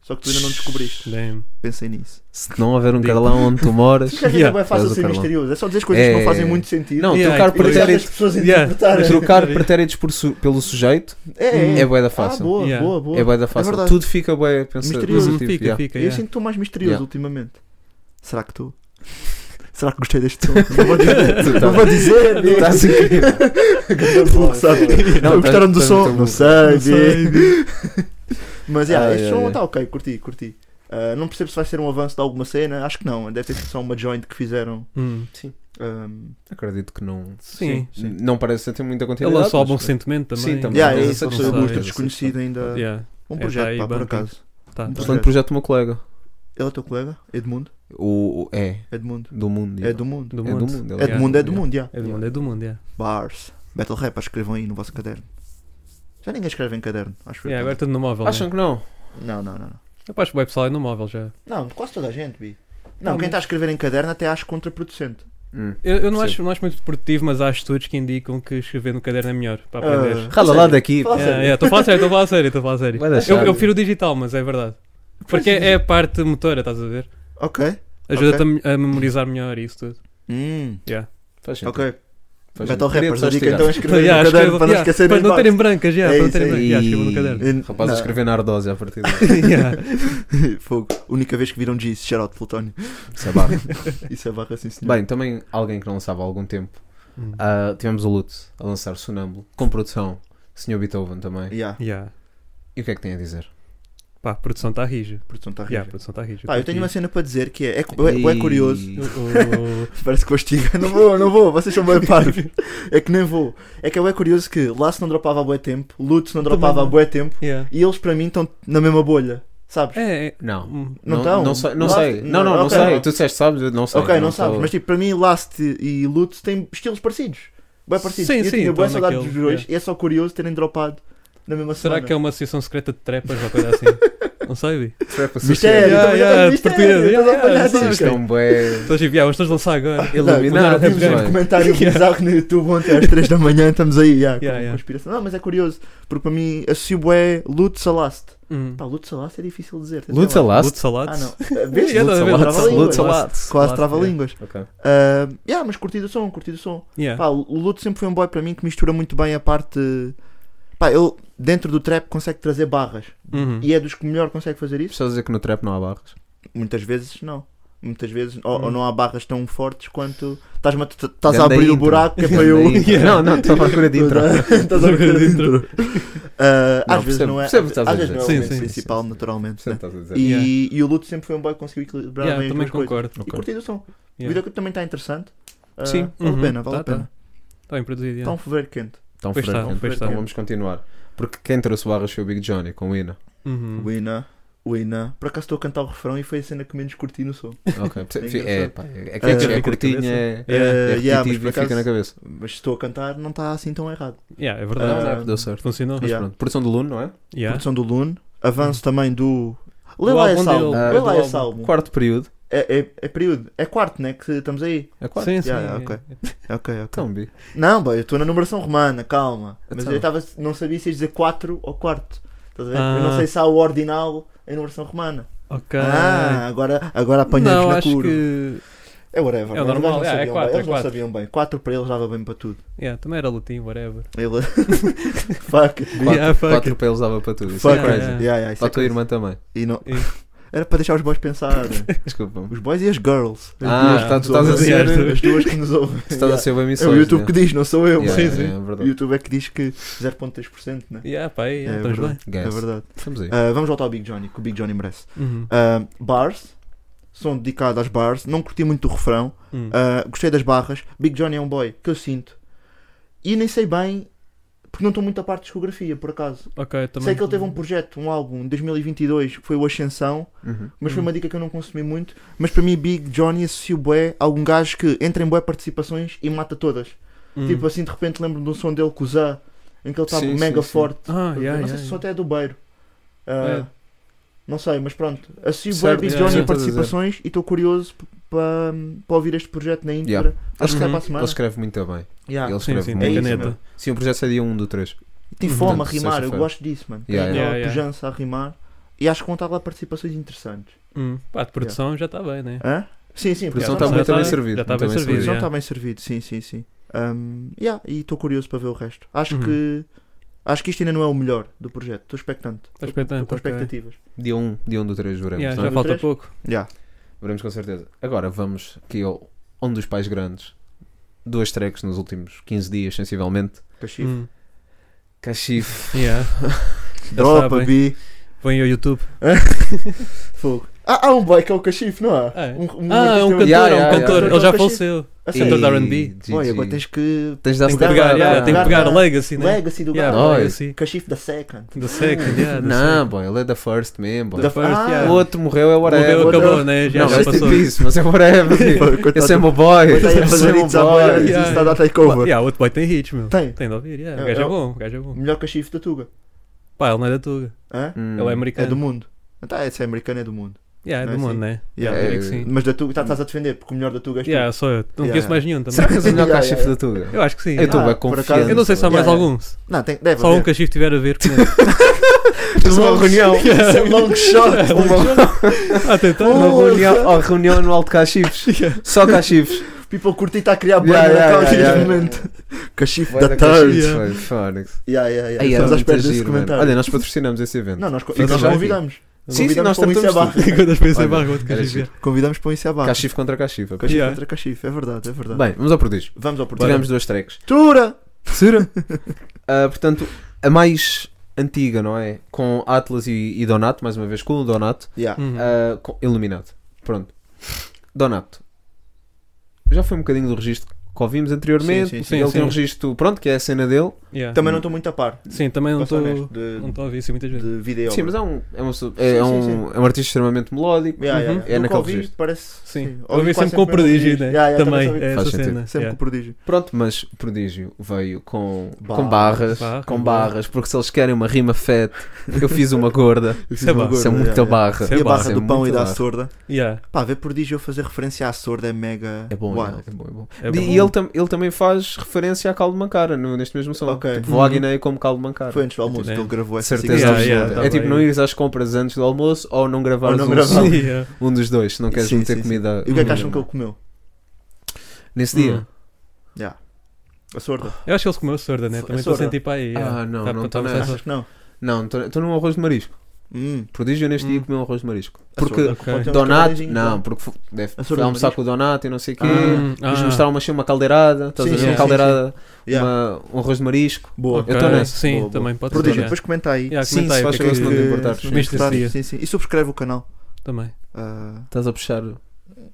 Speaker 5: Só que tu ainda não descobriste.
Speaker 7: é. Damn.
Speaker 5: Pensei nisso.
Speaker 6: Se não houver um
Speaker 5: Tipo.
Speaker 7: Digo.
Speaker 6: Carlão onde tu moras.
Speaker 5: Porque às vezes
Speaker 7: Yeah.
Speaker 5: é bem fácil
Speaker 6: Faz o
Speaker 5: ser
Speaker 6: Carlão.
Speaker 5: misterioso. É só dizer coisas que
Speaker 6: É.
Speaker 5: não fazem muito sentido.
Speaker 6: Não,
Speaker 7: Yeah,
Speaker 6: trocar
Speaker 7: e depois
Speaker 5: Mas às vezes
Speaker 6: pretéritos,
Speaker 5: as pessoas
Speaker 7: Yeah.
Speaker 5: interpretarem.
Speaker 6: trocar pretéritos por su- pelo sujeito
Speaker 5: É,
Speaker 6: é boeda
Speaker 5: Ah,
Speaker 6: fácil.
Speaker 5: boa,
Speaker 7: Yeah.
Speaker 5: boa, boa.
Speaker 6: É boeda fácil.
Speaker 5: verdade.
Speaker 6: Tudo fica bué pensa-
Speaker 5: Misterioso.
Speaker 6: pensativo.
Speaker 7: Uhum, Fica,
Speaker 6: yeah.
Speaker 7: fica.
Speaker 5: Eu
Speaker 7: yeah.
Speaker 5: sinto que estou mais misterioso
Speaker 6: É. Yeah.
Speaker 5: ultimamente. Será que estou? Será que gostei deste som? Não vou dizer. não vou dizer.
Speaker 6: tá- Tu estás incrível.
Speaker 5: Não, sabe?
Speaker 6: assim. Não,
Speaker 5: Não, gostaram do
Speaker 6: tá- tá
Speaker 5: som?
Speaker 6: muito bom.
Speaker 5: Não sei. Não Mas yeah,
Speaker 6: Ai,
Speaker 5: este
Speaker 6: ai,
Speaker 5: som
Speaker 6: ai.
Speaker 5: está ok, curti, curti. Ah, não percebo se vai ser um avanço de alguma cena, acho que não, deve ter sido só uma joint que fizeram. Um,
Speaker 7: Hum,
Speaker 5: ahm,
Speaker 6: Acredito que não.
Speaker 7: Sim.
Speaker 6: Não parece ter muita
Speaker 7: Ele
Speaker 6: quantidade.
Speaker 7: lançou álbum
Speaker 6: mas-
Speaker 7: recentemente também.
Speaker 6: Sim, também.
Speaker 5: yeah, é
Speaker 6: mas
Speaker 5: isso,
Speaker 6: essa
Speaker 5: sou eu
Speaker 6: não
Speaker 5: muito
Speaker 6: sei.
Speaker 5: desconhecido ainda.
Speaker 7: Yeah,
Speaker 5: Um
Speaker 7: É,
Speaker 5: projeto,
Speaker 7: tá aí,
Speaker 5: pá, por
Speaker 7: bom,
Speaker 5: acaso.
Speaker 7: tá.
Speaker 5: Um
Speaker 6: Excelente projeto do meu colega.
Speaker 5: Ele é teu colega? Edmundo?
Speaker 6: O, o- é,
Speaker 5: Edmundo.
Speaker 6: do mundo.
Speaker 5: É do mundo.
Speaker 7: Do
Speaker 6: É
Speaker 7: mundo.
Speaker 6: do mundo. ele-
Speaker 5: É do mundo, é do mundo, yeah.
Speaker 7: É do mundo, é do mundo, yeah.
Speaker 5: Bars. Battle Rap, acho que escrevam aí no vosso caderno. Já ninguém escreve em caderno, acho eu.
Speaker 7: Yeah, É, agora tudo no móvel.
Speaker 6: Acham
Speaker 7: Acham...
Speaker 6: que não?
Speaker 5: Não, não, não. não.
Speaker 7: Eu acho que o pessoal é no móvel já.
Speaker 5: Não, quase toda a gente, Bi. Não,
Speaker 7: Não,
Speaker 5: quem
Speaker 7: mas-
Speaker 5: está a escrever em caderno até acho contraproducente.
Speaker 6: Hum.
Speaker 7: Eu, eu não,
Speaker 6: Sim.
Speaker 7: acho, não acho muito produtivo, mas há estudos que indicam que escrever no caderno é melhor para aprender.
Speaker 5: Ah,
Speaker 6: Rala lá
Speaker 5: sério?
Speaker 6: daqui.
Speaker 5: Fala sério.
Speaker 7: Estou a falar sério, estou a falar sério, estou a falar sério.
Speaker 6: Vai
Speaker 7: Eu,
Speaker 6: deixar.
Speaker 7: eu prefiro o digital, mas é verdade. Porque é a parte motora, estás a ver?
Speaker 5: Ok.
Speaker 7: Ajuda-te a me- a, memorizar melhor isso tudo.
Speaker 5: Hum,
Speaker 6: Faz sentido.
Speaker 5: ok.
Speaker 6: Faz
Speaker 5: Battle
Speaker 6: sentido.
Speaker 5: Rappers,
Speaker 6: Queria-te só
Speaker 5: eu digo
Speaker 6: estirar.
Speaker 5: então a escrever
Speaker 7: Yeah,
Speaker 5: no caderno
Speaker 7: escreva-
Speaker 5: para não
Speaker 7: yeah,
Speaker 5: esquecer
Speaker 7: para não terem branco, já,
Speaker 5: É
Speaker 7: para não
Speaker 5: isso,
Speaker 7: terem
Speaker 5: é
Speaker 7: branco. Yeah, escreva no caderno.
Speaker 6: Rapaz, a escrever na ardose à partida.
Speaker 7: Yeah.
Speaker 5: Fogo. Única vez que viram G, Geraldo Plutónio.
Speaker 6: Isso é barra.
Speaker 5: Isso é barra, sim senhor.
Speaker 6: Bem, também alguém que não lançava há algum tempo.
Speaker 7: Hum.
Speaker 6: Ah, tivemos o Lute a lançar Sonâmbulo, com produção. Senhor Beethoven também.
Speaker 5: Yeah,
Speaker 7: Yeah.
Speaker 6: E o que é que tem a dizer?
Speaker 7: Pá, a produção está rija.
Speaker 5: a produção está
Speaker 7: Yeah, a
Speaker 5: rígida.
Speaker 7: produção tá está rija.
Speaker 5: Pá, eu tenho uma cena para dizer que é. É, cu- é, é curioso.
Speaker 6: E-
Speaker 7: O- o-
Speaker 5: Parece que vou estigar. Não vou, não vou. Vocês são bem parvos. É que nem vou. É que é bué curioso que lá se não dropava há bué tempo, Lutz não dropava há
Speaker 7: Também não.
Speaker 5: bué tempo
Speaker 7: yeah.
Speaker 5: e eles para mim estão na mesma bolha. Sabes?
Speaker 7: É, é.
Speaker 6: Não.
Speaker 7: hum,
Speaker 5: Não
Speaker 6: Não,
Speaker 5: tão?
Speaker 6: não, sei, não
Speaker 5: Lá-
Speaker 6: sei. Não, não,
Speaker 5: não,
Speaker 6: não
Speaker 5: ok,
Speaker 6: sei.
Speaker 5: não.
Speaker 6: Tu disseste, sabes? Eu Não sei.
Speaker 5: ok, não, sabes,
Speaker 6: sou-
Speaker 5: mas tipo, para mim Last e Lutz têm estilos parecidos. Bem parecidos.
Speaker 7: Sim,
Speaker 5: E eu
Speaker 7: sim,
Speaker 5: tinha boa
Speaker 7: então
Speaker 5: saudade dos
Speaker 7: naquele-
Speaker 5: dois e é só curioso terem dropado na mesma
Speaker 7: Será
Speaker 5: semana.
Speaker 7: que é uma associação secreta de trepas ou coisa assim? não sei, Bi.
Speaker 6: Trap
Speaker 5: Mistério,
Speaker 6: Association.
Speaker 7: um Yeah,
Speaker 5: também já tenho
Speaker 7: yeah, de
Speaker 5: mistério, estás a falhar
Speaker 7: português, yeah, yeah,
Speaker 5: nisso,
Speaker 6: Isto é um bué-
Speaker 7: Estou a enviar, mas estás a lançar agora.
Speaker 5: Não,
Speaker 6: Iluminado.
Speaker 7: mandaram
Speaker 5: Temos um
Speaker 6: bué.
Speaker 5: comentário bizarro no YouTube ontem às 3 da manhã, estamos aí, yeah, com
Speaker 7: Yeah, yeah.
Speaker 5: conspiração. Não, mas é curioso, porque para mim associo é Lutz a Last.
Speaker 7: Hum.
Speaker 5: Pá, Lutz a Last é difícil de dizer. tens
Speaker 6: Lutz
Speaker 5: razão.
Speaker 6: Alast?
Speaker 7: Lute salado.
Speaker 5: Ah, não. Vês?
Speaker 7: Yeah,
Speaker 5: Lutz
Speaker 7: tá a
Speaker 5: a
Speaker 7: ver,
Speaker 5: Last,
Speaker 7: Lutz a
Speaker 5: trava-línguas.
Speaker 7: Lutz a Last.
Speaker 5: Quase
Speaker 7: Last,
Speaker 5: trava-línguas.
Speaker 6: Ok.
Speaker 5: Ah, yeah, mas curtido o som, curtido o som.
Speaker 7: Yeah.
Speaker 6: É.
Speaker 5: Pá, o Lutz sempre foi um boy para mim que mistura muito bem a parte. Pá, ele dentro do trap consegue trazer barras.
Speaker 7: Uhum.
Speaker 5: E é dos que melhor consegue fazer isso.
Speaker 6: Estás a dizer que no trap não há barras?
Speaker 5: Muitas vezes não. Muitas vezes, ou, ou
Speaker 6: Uhum.
Speaker 7: Hum.
Speaker 5: não há barras tão fortes quanto estás a, estás a
Speaker 6: Ganda
Speaker 5: abrir o
Speaker 6: intro.
Speaker 5: buraco que é para eu.
Speaker 6: Ganda intro. Não, não, estou à procura de intro.
Speaker 5: Estás a abrir a intro. Ah,
Speaker 6: Não,
Speaker 5: às vezes
Speaker 6: percebo,
Speaker 5: não é.
Speaker 6: percebo o que estás a
Speaker 5: às vezes
Speaker 6: dizer.
Speaker 5: não é o
Speaker 7: Sim,
Speaker 5: elemento
Speaker 7: sim, sim,
Speaker 5: principal,
Speaker 6: sim, sim.
Speaker 5: naturalmente. né?
Speaker 6: Estás tá a dizer.
Speaker 5: E,
Speaker 7: Yeah.
Speaker 5: e o Luto sempre foi um boy que conseguiu equilibrar
Speaker 7: Yeah,
Speaker 5: bem as
Speaker 7: também
Speaker 5: duas coisas.
Speaker 7: concordo.
Speaker 5: E
Speaker 6: Ok.
Speaker 5: curti do som. O
Speaker 7: Yeah.
Speaker 5: videoclipe também está interessante. Ah,
Speaker 6: Sim.
Speaker 5: Vale a
Speaker 7: Uhum.
Speaker 5: pena, vale a
Speaker 7: Tá, tá.
Speaker 5: pena.
Speaker 7: Está bem produzido.
Speaker 5: Está
Speaker 7: yeah.
Speaker 5: um fevereiro quente.
Speaker 6: Então,
Speaker 7: Pois está, pois
Speaker 6: Fernando,
Speaker 7: tá.
Speaker 6: então
Speaker 7: está.
Speaker 6: vamos continuar. Porque quem trouxe barras foi o Big Johnny com o Ina.
Speaker 5: Então,
Speaker 7: Uhum.
Speaker 5: Wina, Wina. Por acaso estou a cantar o refrão e foi a cena que menos curti no som.
Speaker 6: Ok.
Speaker 5: engraçado.
Speaker 6: É, pá, é que
Speaker 5: É,
Speaker 6: é,
Speaker 5: fica
Speaker 6: é,
Speaker 7: na
Speaker 6: curtinha,
Speaker 7: cabeça.
Speaker 6: é,
Speaker 5: Eh,
Speaker 6: é
Speaker 5: yeah, mas
Speaker 6: repetitivo
Speaker 5: por
Speaker 6: e fica na
Speaker 5: acaso-
Speaker 6: cabeça.
Speaker 5: Mas se estou a cantar, não está assim tão errado.
Speaker 7: Yeah, é
Speaker 5: Ah,
Speaker 7: verdade.
Speaker 5: não,
Speaker 6: Não, deu certo.
Speaker 7: Funcionou.
Speaker 6: Mas
Speaker 5: Yeah.
Speaker 6: pronto, produção do Luno, não é?
Speaker 7: Yeah. Uhum.
Speaker 5: Produção do Lune. Avanço também do. Lê
Speaker 7: Do
Speaker 5: lá
Speaker 7: álbum
Speaker 5: esse álbum.
Speaker 7: dele.
Speaker 5: Lê
Speaker 6: Ah,
Speaker 5: lá
Speaker 7: do
Speaker 5: esse
Speaker 7: álbum.
Speaker 5: álbum.
Speaker 6: Quarto período.
Speaker 5: É, é- é período. É quarto, né? Que estamos aí.
Speaker 6: É quarto.
Speaker 7: Sim, sim.
Speaker 5: Yeah, yeah,
Speaker 7: é-
Speaker 5: Ok, ok.
Speaker 6: Então, Bi.
Speaker 5: Não, boy, eu estou na numeração romana, calma. Mas
Speaker 6: Então.
Speaker 5: eu tava, não sabia se ia dizer 4 ou quarto. Estás a ver? Eu não
Speaker 7: Ah.
Speaker 5: sei se há o ordinal em numeração romana.
Speaker 7: Ok.
Speaker 5: Ah, agora, agora apanhamos
Speaker 7: não,
Speaker 5: na
Speaker 7: acho
Speaker 5: curva.
Speaker 7: que.
Speaker 5: É whatever.
Speaker 7: É o
Speaker 5: mas eles
Speaker 7: normal,
Speaker 5: não
Speaker 7: é, é
Speaker 5: sabiam
Speaker 7: quatro,
Speaker 5: bem.
Speaker 7: é
Speaker 5: Eles não
Speaker 7: quatro.
Speaker 5: sabiam bem. 4 para eles dava bem para tudo.
Speaker 7: Yeah, também era latim, whatever.
Speaker 5: Ele... Fuck. it, bitch.
Speaker 6: Quatro,
Speaker 7: Yeah, fuck
Speaker 6: quatro
Speaker 7: it.
Speaker 6: pelos dava para tudo. Isso
Speaker 5: Fuck.
Speaker 6: é
Speaker 5: it.
Speaker 7: yeah,
Speaker 6: crazy.
Speaker 5: yeah,
Speaker 7: yeah.
Speaker 5: yeah, isso
Speaker 6: Para
Speaker 5: é
Speaker 6: a tua
Speaker 5: crazy.
Speaker 6: irmã também.
Speaker 5: E não...
Speaker 7: Yeah.
Speaker 5: Era para deixar os boys pensarem.
Speaker 6: Desculpa.
Speaker 5: Os boys e as girls. As
Speaker 6: Ah,
Speaker 5: duas que
Speaker 6: tá-
Speaker 5: nos
Speaker 6: tu estás a
Speaker 5: ouvem.
Speaker 7: ser-
Speaker 5: As duas que nos ouvem.
Speaker 6: Estás a ser bem
Speaker 5: É o YouTube que diz, não sou eu.
Speaker 6: Yeah,
Speaker 5: mano.
Speaker 6: yeah, é
Speaker 5: O
Speaker 6: verdade.
Speaker 5: YouTube é que diz que 0.3%, né?
Speaker 7: Yeah, pá, yeah,
Speaker 5: É
Speaker 7: estamos bem.
Speaker 5: verdade. É
Speaker 6: Guys,
Speaker 5: verdade.
Speaker 6: Estamos aí.
Speaker 5: Ah, vamos voltar ao Big Johnny, que o Big Johnny merece.
Speaker 7: Uhum.
Speaker 5: Ah, bars. Som dedicado às bars. Não curti muito o refrão.
Speaker 7: Hum.
Speaker 5: Uh, gostei das barras. Big Johnny é um boy que eu sinto. E nem sei bem, porque não estou muito a parte de discografia, por acaso.
Speaker 7: Ok, também.
Speaker 5: Ah, Sei que ele teve um projeto, um álbum, em 2022, que foi o Ascensão,
Speaker 6: Uhum.
Speaker 5: mas foi
Speaker 7: Hum.
Speaker 5: uma dica que eu não consumi muito. Mas para mim, Big Johnny associo bué a algum gajo que entra em bué participações e mata todas.
Speaker 7: Hum.
Speaker 5: Tipo assim, de repente lembro-me de um som dele com o Zá, em que ele estava
Speaker 6: Sim,
Speaker 5: mega
Speaker 6: sim, sim.
Speaker 5: forte.
Speaker 7: Ah,
Speaker 5: Eu
Speaker 7: yeah,
Speaker 5: não
Speaker 7: yeah,
Speaker 5: sei se o som
Speaker 7: yeah.
Speaker 5: até é do Beiro. Uh,
Speaker 7: É.
Speaker 5: Não sei, mas pronto. Associo bué
Speaker 6: Certo,
Speaker 5: Big
Speaker 7: yeah,
Speaker 5: Johnny
Speaker 7: sim,
Speaker 5: a
Speaker 6: estou a dizer.
Speaker 5: participações e estou curioso para ouvir este projeto na íntegra.
Speaker 6: Yeah.
Speaker 5: Acho que sai
Speaker 7: Uhum.
Speaker 5: para a semana.
Speaker 6: Ele escreve muito bem.
Speaker 5: Yeah.
Speaker 6: Ele
Speaker 7: Sim,
Speaker 6: escreve
Speaker 7: sim,
Speaker 6: muito
Speaker 5: é
Speaker 7: tem
Speaker 5: isso,
Speaker 7: caneta.
Speaker 5: meu.
Speaker 6: Sim, o projeto sai dia 1 do 3.
Speaker 5: Tem fome a
Speaker 6: Portanto,
Speaker 5: rimar, eu
Speaker 6: Uhum. sexta-feira.
Speaker 5: gosto disso, mano. Tem
Speaker 6: Yeah,
Speaker 5: aquela
Speaker 7: yeah. Yeah, yeah.
Speaker 5: pujança a rimar. E acho que vão estar lá participações interessantes.
Speaker 7: Hum. Pá, de produção já está bem, né?
Speaker 5: Hã? Sim, sim,
Speaker 6: A produção
Speaker 5: a
Speaker 6: está
Speaker 7: já
Speaker 6: muito
Speaker 7: tá-
Speaker 6: bem
Speaker 7: já
Speaker 6: servida.
Speaker 7: tá bem
Speaker 6: muito
Speaker 5: a
Speaker 7: servida,
Speaker 5: produção
Speaker 7: yeah.
Speaker 5: está bem servida, sim, sim, sim. Um, yeah, e estou curioso para ver o resto. Acho
Speaker 7: Uhum.
Speaker 5: que acho que isto ainda não é o melhor do projeto. Estou expectante.
Speaker 7: Estás
Speaker 5: Estou com
Speaker 7: expectante. ok.
Speaker 5: expectativas.
Speaker 6: Dia 1, dia 1 do 3 veremos.
Speaker 7: Yeah,
Speaker 6: não é?
Speaker 7: já falta
Speaker 5: Três?
Speaker 7: pouco.
Speaker 5: Yeah.
Speaker 6: Veremos com certeza. Agora vamos aqui ao um dos pais grandes. Duas tracks nos últimos 15 dias, sensivelmente.
Speaker 5: Cachifo.
Speaker 7: Hum.
Speaker 6: Cachif.
Speaker 7: Yeah. Já
Speaker 5: Dropa,
Speaker 7: sabem.
Speaker 5: bi.
Speaker 7: Põe ao YouTube.
Speaker 5: Fogo. Há, há um boy que é o Cachif, não há?
Speaker 7: É.
Speaker 5: Um,
Speaker 7: ah, é um cantor,
Speaker 5: que
Speaker 6: Yeah,
Speaker 7: é um
Speaker 6: yeah,
Speaker 7: cantor.
Speaker 6: yeah.
Speaker 7: Ele já
Speaker 5: é Cantor Cachif.
Speaker 7: faleceu. É
Speaker 5: A sério.
Speaker 7: Cantor de R&B.
Speaker 5: Olha, agora
Speaker 6: tens
Speaker 5: tens que.
Speaker 6: Tens de dar
Speaker 5: tens
Speaker 7: Tem que pegar,
Speaker 5: Dá, dá,
Speaker 7: yeah, tem que
Speaker 5: dá,
Speaker 7: pegar
Speaker 5: dá.
Speaker 7: Legacy, né?
Speaker 5: Legacy do
Speaker 7: Yeah,
Speaker 5: gajo.
Speaker 6: Oi.
Speaker 7: Legacy.
Speaker 5: Cachif da Second.
Speaker 7: Da Second, yeah, da
Speaker 6: Não, bom, ele é da first mesmo.
Speaker 7: Da
Speaker 5: Da-
Speaker 7: First,
Speaker 5: Ah,
Speaker 7: yeah.
Speaker 6: O outro morreu é whatever.
Speaker 7: Morreu,
Speaker 5: Outra-
Speaker 7: acabou, né? Já,
Speaker 6: Não,
Speaker 7: já
Speaker 6: mas
Speaker 7: passou.
Speaker 6: tipo isso, mas é whatever.
Speaker 5: Coitado
Speaker 6: Esse é
Speaker 5: do-
Speaker 6: meu boy.
Speaker 5: Pois aí a
Speaker 6: Esse é
Speaker 5: fazer um
Speaker 6: meu
Speaker 5: hits agora
Speaker 6: boy.
Speaker 5: e
Speaker 7: um Yeah.
Speaker 5: isso está a dar takeover.
Speaker 7: Yeah, o outro boy tem hits, meu.
Speaker 5: Tem.
Speaker 7: Tem de ouvir, yeah. O
Speaker 5: É,
Speaker 7: gajo é
Speaker 5: é o-
Speaker 7: bom, o gajo é bom.
Speaker 5: Melhor Cachif da Tuga.
Speaker 7: Pá, ele não é da Tuga.
Speaker 5: Hã?
Speaker 6: Hum.
Speaker 7: Ele é
Speaker 5: É do
Speaker 7: americano.
Speaker 5: mundo. Tá, esse é americano, é do mundo.
Speaker 7: Yeah, é
Speaker 5: não
Speaker 7: do
Speaker 5: é
Speaker 7: mundo,
Speaker 5: assim?
Speaker 7: né?
Speaker 5: Yeah.
Speaker 7: Eu diria que sim.
Speaker 5: Mas da Tuga tá- estás a defender, porque o melhor da Tuga é tu.
Speaker 7: Yeah, sou eu. Não
Speaker 5: Yeah.
Speaker 7: conheço mais nenhum
Speaker 6: Será que
Speaker 7: também.
Speaker 6: és o melhor
Speaker 5: Yeah,
Speaker 6: cachifre da
Speaker 5: yeah.
Speaker 6: Tuga?
Speaker 7: Eu acho que sim.
Speaker 6: Eu estou
Speaker 5: Ah,
Speaker 6: bem
Speaker 5: por acaso-
Speaker 6: confiante.
Speaker 7: Eu não sei se há mais
Speaker 5: Yeah, yeah.
Speaker 7: alguns.
Speaker 5: Não, tem, deve
Speaker 7: Só
Speaker 5: haver.
Speaker 7: um cachifre tiver a ver com
Speaker 6: Tens uma reunião.
Speaker 5: Isso é um long shot.
Speaker 7: Ah, tentar.
Speaker 6: Uma
Speaker 5: Oh,
Speaker 6: reunião, oh, reunião anual de cachifres. Só cachifres.
Speaker 5: People curtir está a criar
Speaker 6: Yeah,
Speaker 5: banho na
Speaker 6: yeah,
Speaker 5: causa
Speaker 6: yeah, yeah.
Speaker 5: neste momento. Cachifre
Speaker 6: Bué
Speaker 5: da
Speaker 6: da
Speaker 5: tarde.
Speaker 6: cachifres, foi, Fónix.
Speaker 5: Yeah, yeah, yeah.
Speaker 6: Ai, era
Speaker 7: é
Speaker 5: Estamos à
Speaker 6: muito
Speaker 5: espera desse
Speaker 6: giro, mano.
Speaker 5: comentário.
Speaker 6: Olha, nós patrocinamos esse evento.
Speaker 5: Não, nós, co-
Speaker 6: Fica
Speaker 5: nós
Speaker 6: já.
Speaker 5: convidamos.
Speaker 6: Sim, sim,
Speaker 5: Convidamos
Speaker 6: nós
Speaker 5: para um
Speaker 6: tratamos
Speaker 5: Insta
Speaker 6: tudo.
Speaker 7: Quando as pensei
Speaker 6: Olha,
Speaker 7: barra, outro
Speaker 6: era
Speaker 7: cachifre.
Speaker 6: giro.
Speaker 5: Convidamos para um isso abaixo.
Speaker 6: Cachifre contra cachifre.
Speaker 5: Cachifre
Speaker 7: Yeah.
Speaker 5: contra cachifre, é verdade, é verdade.
Speaker 6: Bem, vamos ao prodígio.
Speaker 5: Vamos ao português.
Speaker 6: Tivemos duas tracks.
Speaker 5: Tura!
Speaker 6: Terceira? portanto, a mais antiga, não é? Com Atlas e, e Donato, mais uma vez com o Donato,
Speaker 5: Yeah.
Speaker 7: Uhum.
Speaker 6: ah, com- iluminado. Pronto. Donato. Já foi um bocadinho do registro que ouvimos anteriormente.
Speaker 5: Sim, sim,
Speaker 7: sim,
Speaker 6: ele
Speaker 7: sim.
Speaker 6: tem um registro, pronto, que é a cena dele.
Speaker 7: Yeah.
Speaker 5: Também não estou muito a par.
Speaker 7: Sim, também não
Speaker 5: Posso
Speaker 7: estou
Speaker 5: ser honesto, de-
Speaker 7: não estou a ouvir isso muitas vezes.
Speaker 5: De vida e obra.
Speaker 6: Sim, mas é um, é, uma pessoa- é
Speaker 5: Sim,
Speaker 6: um,
Speaker 5: sim,
Speaker 6: é um artista extremamente melódico.
Speaker 5: Yeah,
Speaker 7: Uhum.
Speaker 5: yeah,
Speaker 6: É
Speaker 5: yeah. Nunca
Speaker 6: naquele
Speaker 5: ouvi,
Speaker 6: registro.
Speaker 5: parece.
Speaker 7: Sim,
Speaker 5: ouvi quase
Speaker 7: ouvi sempre com o
Speaker 5: mesmo
Speaker 7: prodígio,
Speaker 5: registro.
Speaker 7: né?
Speaker 5: Yeah, yeah,
Speaker 7: também,
Speaker 5: ouvi
Speaker 7: é
Speaker 6: Faz
Speaker 7: essa
Speaker 6: sentido.
Speaker 7: cena.
Speaker 5: Sempre com o prodígio.
Speaker 6: Pronto, mas o prodígio veio com, com
Speaker 5: Barras.
Speaker 6: barras,
Speaker 7: Barra,
Speaker 6: com
Speaker 7: com
Speaker 6: barras, porque se eles querem uma rima fat, eu fiz uma gorda.
Speaker 7: Isso é barra.
Speaker 6: Isso é muita barra.
Speaker 7: Isso é
Speaker 5: E a
Speaker 7: barra.
Speaker 5: barra
Speaker 6: Isso é
Speaker 5: do pão e
Speaker 6: muita
Speaker 5: da
Speaker 6: barra.
Speaker 5: sorda.
Speaker 7: Yeah.
Speaker 5: Pá, ver prodígio a fazer referência à sorda é mega.
Speaker 6: É bom,
Speaker 5: wild.
Speaker 6: é bom, é bom.
Speaker 7: É
Speaker 6: E-
Speaker 7: bom.
Speaker 6: e ele, tam- ele também faz referência a Caldo Mancara no- neste mesmo som.
Speaker 5: Ok.
Speaker 6: Tipo, vou à Guiné como Caldo Mancara.
Speaker 5: Foi antes do almoço
Speaker 7: É.
Speaker 5: que ele gravou essa
Speaker 6: Certeza
Speaker 5: cigarra.
Speaker 6: absoluta.
Speaker 7: Yeah, yeah,
Speaker 6: é
Speaker 7: tá
Speaker 6: tipo
Speaker 7: bem.
Speaker 6: não ires às compras antes do almoço ou não gravares
Speaker 5: não
Speaker 6: um,
Speaker 5: gravar.
Speaker 6: sim,
Speaker 7: Yeah.
Speaker 6: um dos dois, se não queres
Speaker 5: Sim,
Speaker 6: meter
Speaker 5: sim, sim.
Speaker 6: comida.
Speaker 5: E o que é que acham que ele comeu?
Speaker 6: Nesse
Speaker 7: Hum.
Speaker 6: dia?
Speaker 5: Yeah. A sorda.
Speaker 7: Eu acho que ele comeu a sorda, né?
Speaker 5: Foi-
Speaker 7: Também
Speaker 5: a
Speaker 7: estou a
Speaker 5: sorda.
Speaker 7: sentir para aí.
Speaker 6: Ah, não,
Speaker 7: tá
Speaker 6: não tô
Speaker 7: nessa.
Speaker 6: nessa.
Speaker 5: Achas que não?
Speaker 6: Não, estou num arroz de marisco.
Speaker 5: Hum.
Speaker 6: Prodígio neste
Speaker 7: Hum.
Speaker 6: dia comeu um arroz de marisco.
Speaker 5: A
Speaker 6: Porque
Speaker 5: sorda.
Speaker 7: Ok.
Speaker 5: Pode ter um
Speaker 6: Donato.
Speaker 5: caldeirinho,
Speaker 6: Não,
Speaker 5: pá.
Speaker 6: porque fo- deve,
Speaker 5: A sorda
Speaker 6: foi
Speaker 5: de
Speaker 6: almoçar
Speaker 5: marisco.
Speaker 6: com o Donato e não sei o quê.
Speaker 7: Hum,
Speaker 6: Quis
Speaker 7: ah.
Speaker 6: mostrar uma, assim, uma caldeirada. Estás
Speaker 5: Sim,
Speaker 6: a ver?
Speaker 5: sim,
Speaker 6: Uma
Speaker 5: sim,
Speaker 6: caldeirada,
Speaker 5: Yeah.
Speaker 6: uma- um arroz de marisco.
Speaker 5: Boa.
Speaker 7: Ok,
Speaker 6: Eu tô nessa.
Speaker 7: Sim,
Speaker 5: Boa, boa.
Speaker 7: também pode ser.
Speaker 5: Prodígio,
Speaker 7: yeah.
Speaker 5: depois comenta aí.
Speaker 7: Yeah,
Speaker 6: Sim,
Speaker 7: comenta aí o
Speaker 6: se faz
Speaker 7: que é
Speaker 6: favor, se não
Speaker 7: que-
Speaker 6: te importares.
Speaker 5: se não te
Speaker 7: Viste esse
Speaker 5: importares,
Speaker 7: dia.
Speaker 5: Sim, sim. E subscreve o canal.
Speaker 7: Também.
Speaker 5: Ah,
Speaker 6: Estás a puxar.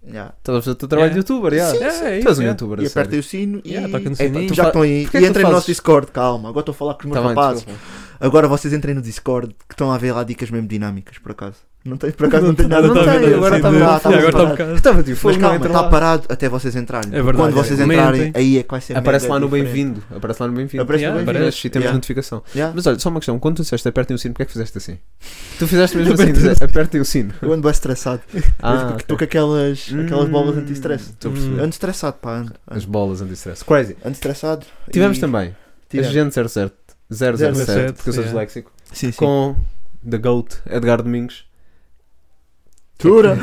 Speaker 5: yeah.
Speaker 6: Estás a fazer o teu trabalho
Speaker 7: Yeah.
Speaker 6: de youtuber, yeah.
Speaker 7: Sim, sim.
Speaker 6: Tu és um
Speaker 7: Yeah.
Speaker 6: youtuber, a
Speaker 5: É. E
Speaker 6: sério.
Speaker 5: aperta aí o sino e.
Speaker 7: Yeah, toca no
Speaker 6: Epá,
Speaker 7: sininho.
Speaker 6: tu
Speaker 5: Já
Speaker 6: fa-
Speaker 5: estão aí.
Speaker 6: Porquê é
Speaker 5: e
Speaker 6: que tu
Speaker 5: entrem no nosso
Speaker 6: fazes?
Speaker 5: Discord, calma. Agora estou a falar com os meus
Speaker 6: Tá bem,
Speaker 5: rapazes.
Speaker 6: desculpa.
Speaker 5: Agora vocês entrem no Discord que estão a ver lá dicas mesmo dinâmicas, por acaso. Não tem, por acaso não, tem nada
Speaker 6: não
Speaker 5: de
Speaker 6: tá a ver,
Speaker 5: dinâmico.
Speaker 6: agora tá a ver.
Speaker 5: parado,
Speaker 6: Sim, agora
Speaker 7: Agora está um
Speaker 5: parado.
Speaker 7: bocado.
Speaker 6: Estava de fogo,
Speaker 5: Mas
Speaker 6: não
Speaker 5: calma,
Speaker 6: entra
Speaker 5: está
Speaker 6: lá.
Speaker 5: parado até vocês entrarem.
Speaker 7: É verdade,
Speaker 5: Quando
Speaker 7: é.
Speaker 5: vocês
Speaker 7: Comentem.
Speaker 5: entrarem, aí é que vai ser
Speaker 6: Aparece
Speaker 5: mega
Speaker 6: lá no
Speaker 5: diferente.
Speaker 6: bem-vindo. tipo, Aparece lá no bem-vindo.
Speaker 5: Aparece
Speaker 7: Yeah,
Speaker 5: no bem-vindo.
Speaker 7: aparece.
Speaker 6: E temos
Speaker 5: Yeah.
Speaker 6: notificação.
Speaker 5: Yeah.
Speaker 6: Mas olha, só uma questão. Quando tu disseste apertem o sino, porque é que fizeste assim? Tu fizeste mesmo assim, dizer, apertem o sino.
Speaker 5: Eu ando bem estressado.
Speaker 6: Ah,
Speaker 5: Estou com aquelas, aquelas bolas anti-stress.
Speaker 6: Estou a
Speaker 7: Hum.
Speaker 6: perceber.
Speaker 5: Ando estressado, pá. Ando,
Speaker 6: As
Speaker 5: ando,
Speaker 6: bolas anti-stress. Crazy.
Speaker 5: ando estressado. e-
Speaker 6: Tivemos também a
Speaker 5: Tivemos.
Speaker 6: Gente 07, 007,
Speaker 7: 007,
Speaker 6: porque eu sou
Speaker 7: yeah.
Speaker 6: disléxico,
Speaker 5: Sim, sim.
Speaker 6: com The Goat, Edgar Domingos
Speaker 5: Tura!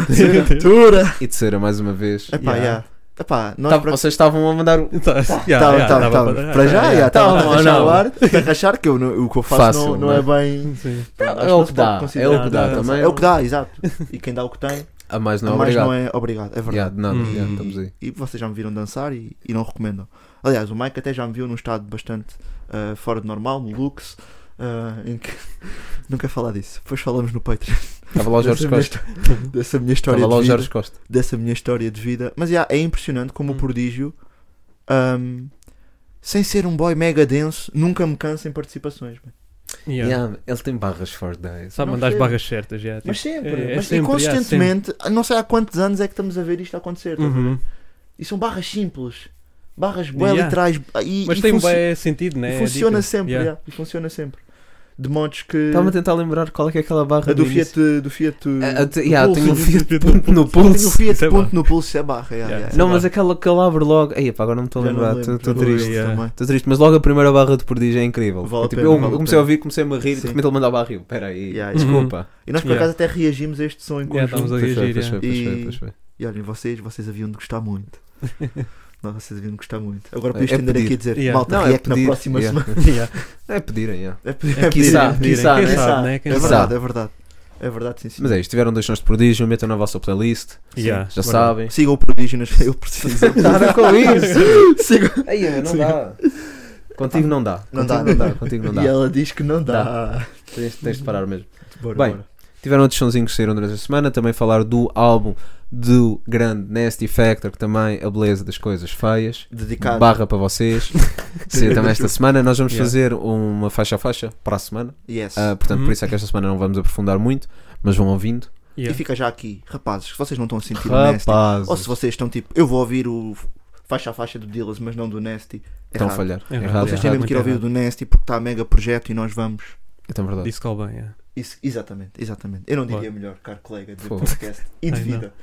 Speaker 5: Tura!
Speaker 6: e terceira mais uma vez.
Speaker 5: Epá,
Speaker 7: Yeah.
Speaker 5: já. Epá, nós
Speaker 6: Tava-
Speaker 5: para-
Speaker 6: Vocês estavam a mandar o.
Speaker 7: Tá, yeah,
Speaker 5: Tava,
Speaker 7: yeah,
Speaker 5: tava,
Speaker 7: dava
Speaker 5: tava.
Speaker 7: dar.
Speaker 5: Para já, já, estava
Speaker 6: Tava,
Speaker 5: a rachar
Speaker 6: não.
Speaker 5: o ar, a rachar, que eu não- o que eu faço
Speaker 6: Fácil,
Speaker 5: não, não é bem. Acho
Speaker 7: Sim.
Speaker 6: É
Speaker 5: que
Speaker 6: o
Speaker 5: não
Speaker 6: que
Speaker 5: se
Speaker 6: dá,
Speaker 5: pode
Speaker 6: é
Speaker 5: considerar.
Speaker 6: o que dá
Speaker 7: nada.
Speaker 6: também.
Speaker 5: É o que dá, exato. E quem dá o que tem,
Speaker 6: A mais não é
Speaker 5: a mais
Speaker 6: obrigado.
Speaker 5: não é obrigado, é verdade.
Speaker 6: Yeah, de nada,
Speaker 7: Hum.
Speaker 6: yeah, estamos aí.
Speaker 5: E vocês já me viram dançar e, e não recomendam. Aliás, o Mike até já me viu num estado bastante ah, fora de normal, no Lux, ah, em que. Não quero falar disso, depois falamos no Patreon.
Speaker 6: Estava lá o
Speaker 5: Dessa
Speaker 6: Jorge
Speaker 5: minha
Speaker 6: Costa.
Speaker 5: histó- Dessa minha história
Speaker 6: Estava lá o
Speaker 5: de vida.
Speaker 6: Jorge Costa.
Speaker 5: Dessa minha história de vida. Mas yeah, é impressionante como
Speaker 7: Hum.
Speaker 5: o prodígio, ahm, sem ser um boy mega denso, nunca me cansa em participações. man.
Speaker 7: Yeah.
Speaker 6: Yeah, ele tem barras for days.
Speaker 7: Sabe
Speaker 5: Não
Speaker 7: mandar as
Speaker 5: sei.
Speaker 7: barras certas, já. tipo.
Speaker 5: Mas sempre,
Speaker 7: é- é
Speaker 5: mas e
Speaker 7: sempre, yeah,
Speaker 5: consistentemente, não sei há quantos anos é que estamos a ver isto acontecer. estás a ver?
Speaker 7: Uhum.
Speaker 5: E são barras simples, barras bem
Speaker 7: Yeah.
Speaker 5: literais. E,
Speaker 7: Mas
Speaker 5: e
Speaker 7: tem um
Speaker 5: funci-
Speaker 7: bem sentido, né?
Speaker 5: E
Speaker 7: é
Speaker 5: funciona
Speaker 7: dica.
Speaker 5: sempre,
Speaker 7: Yeah.
Speaker 5: yeah, e funciona sempre. De modos que.
Speaker 6: Estava a tentar lembrar qual é que é aquela barra
Speaker 5: eh, a do
Speaker 6: no início.
Speaker 5: Fiat. Do Fiat
Speaker 6: A- a-
Speaker 5: do
Speaker 6: te- yeah,
Speaker 5: pulso.
Speaker 6: Tenho um Fiat
Speaker 7: Fiat
Speaker 6: ponto no
Speaker 5: Tenho o
Speaker 6: pulso.
Speaker 5: Fiat
Speaker 7: Isso é
Speaker 5: ponto no pulso, isso é barra. Yeah,
Speaker 7: Yeah,
Speaker 5: yeah,
Speaker 7: isso
Speaker 6: Não,
Speaker 7: é
Speaker 6: mas
Speaker 7: barra.
Speaker 6: aquela que ele abre logo. Ei, pá, agora não me estou a
Speaker 5: Já
Speaker 6: lembrar.
Speaker 5: não lembro,
Speaker 6: Estou
Speaker 5: já não
Speaker 6: triste.
Speaker 5: lembro
Speaker 7: yeah.
Speaker 5: também.
Speaker 6: Estou triste, mas logo a primeira barra de prodígio é incrível.
Speaker 5: Vale a
Speaker 6: Tipo,
Speaker 5: pena,
Speaker 6: eu
Speaker 5: vale a
Speaker 6: comecei
Speaker 5: pena.
Speaker 6: a ouvir, comecei a me rir,
Speaker 5: Sim.
Speaker 6: e também ele mandava a rir. Peraí,
Speaker 5: Yeah, yeah.
Speaker 6: desculpa.
Speaker 5: E nós por
Speaker 7: Yeah.
Speaker 5: acaso até reagimos a este som em
Speaker 7: Yeah,
Speaker 5: conjunto.
Speaker 7: estamos a
Speaker 6: Pois foi,
Speaker 7: reagir.
Speaker 6: pois
Speaker 7: yeah.
Speaker 6: foi, pois foi,
Speaker 5: E-
Speaker 6: pois foi.
Speaker 5: E olhem, vocês, vocês haviam de gostar muito. Não, vocês haviam de gostar muito. Agora
Speaker 6: É-
Speaker 5: podias
Speaker 6: é
Speaker 5: estender
Speaker 6: pedir.
Speaker 5: aqui a dizer,
Speaker 7: Yeah.
Speaker 5: malta,
Speaker 6: Não, é
Speaker 5: react na
Speaker 6: pedir.
Speaker 5: próxima
Speaker 6: Yeah.
Speaker 5: semana.
Speaker 7: Yeah.
Speaker 6: É pedirem, yeah.
Speaker 5: É pedir.
Speaker 7: É pedir,
Speaker 6: Quiçá,
Speaker 7: é pedir,
Speaker 6: quiçá,
Speaker 7: é
Speaker 6: né?
Speaker 7: quiçá, né?
Speaker 5: É
Speaker 7: Quem sabe?
Speaker 5: verdade, é verdade. É verdade, sim, sim.
Speaker 6: Mas é isto, tiveram dois sons de prodígio, metam na vossa playlist.
Speaker 7: Yeah,
Speaker 6: Já
Speaker 7: verdade.
Speaker 6: sabem.
Speaker 5: Sigam o prodígio nas eu preciso.
Speaker 6: Nada com isso!
Speaker 5: Sigam.
Speaker 6: Ei, meu, não dá. Contigo não dá.
Speaker 5: Não dá,
Speaker 6: Contigo
Speaker 5: não
Speaker 6: Contigo não
Speaker 5: E
Speaker 6: dá.
Speaker 5: ela diz que não dá.
Speaker 6: Tens, tens de parar mesmo.
Speaker 5: Bora,
Speaker 6: Bem,
Speaker 5: bora.
Speaker 6: Tiveram outros sonzinhos que saíram durante a semana. Também falar do álbum do grande Nasty Factor, que também a beleza das coisas feias.
Speaker 5: Dedicado.
Speaker 6: Barra para vocês. Saiu também esta semana. Nós vamos
Speaker 7: Yeah.
Speaker 6: fazer uma faixa a faixa para a semana.
Speaker 5: Yes.
Speaker 6: Ah, portanto,
Speaker 7: Uhum.
Speaker 6: por isso é que esta semana não vamos aprofundar muito, mas vão ouvindo.
Speaker 5: E
Speaker 7: Yeah.
Speaker 5: fica já aqui, rapazes, se vocês não estão a sentir o Nasty,
Speaker 6: Rapaz,
Speaker 5: ou se vocês estão tipo, eu vou ouvir o faixa a faixa do Dillas, mas não do Nasty,
Speaker 6: estão a
Speaker 5: errado.
Speaker 6: falhar.
Speaker 7: Errado.
Speaker 6: Errado,
Speaker 5: Vocês
Speaker 6: errado.
Speaker 5: têm mesmo que ir
Speaker 7: muito
Speaker 5: ouvir o do Nasty porque está mega projeto e nós vamos.
Speaker 6: Então, verdade.
Speaker 7: Disse Colban, yeah.
Speaker 5: Isso, exatamente, exatamente. Eu não diria
Speaker 7: Bora.
Speaker 5: melhor, caro colega, de
Speaker 6: Fogo.
Speaker 5: podcast e de
Speaker 7: Ai, não.
Speaker 5: vida.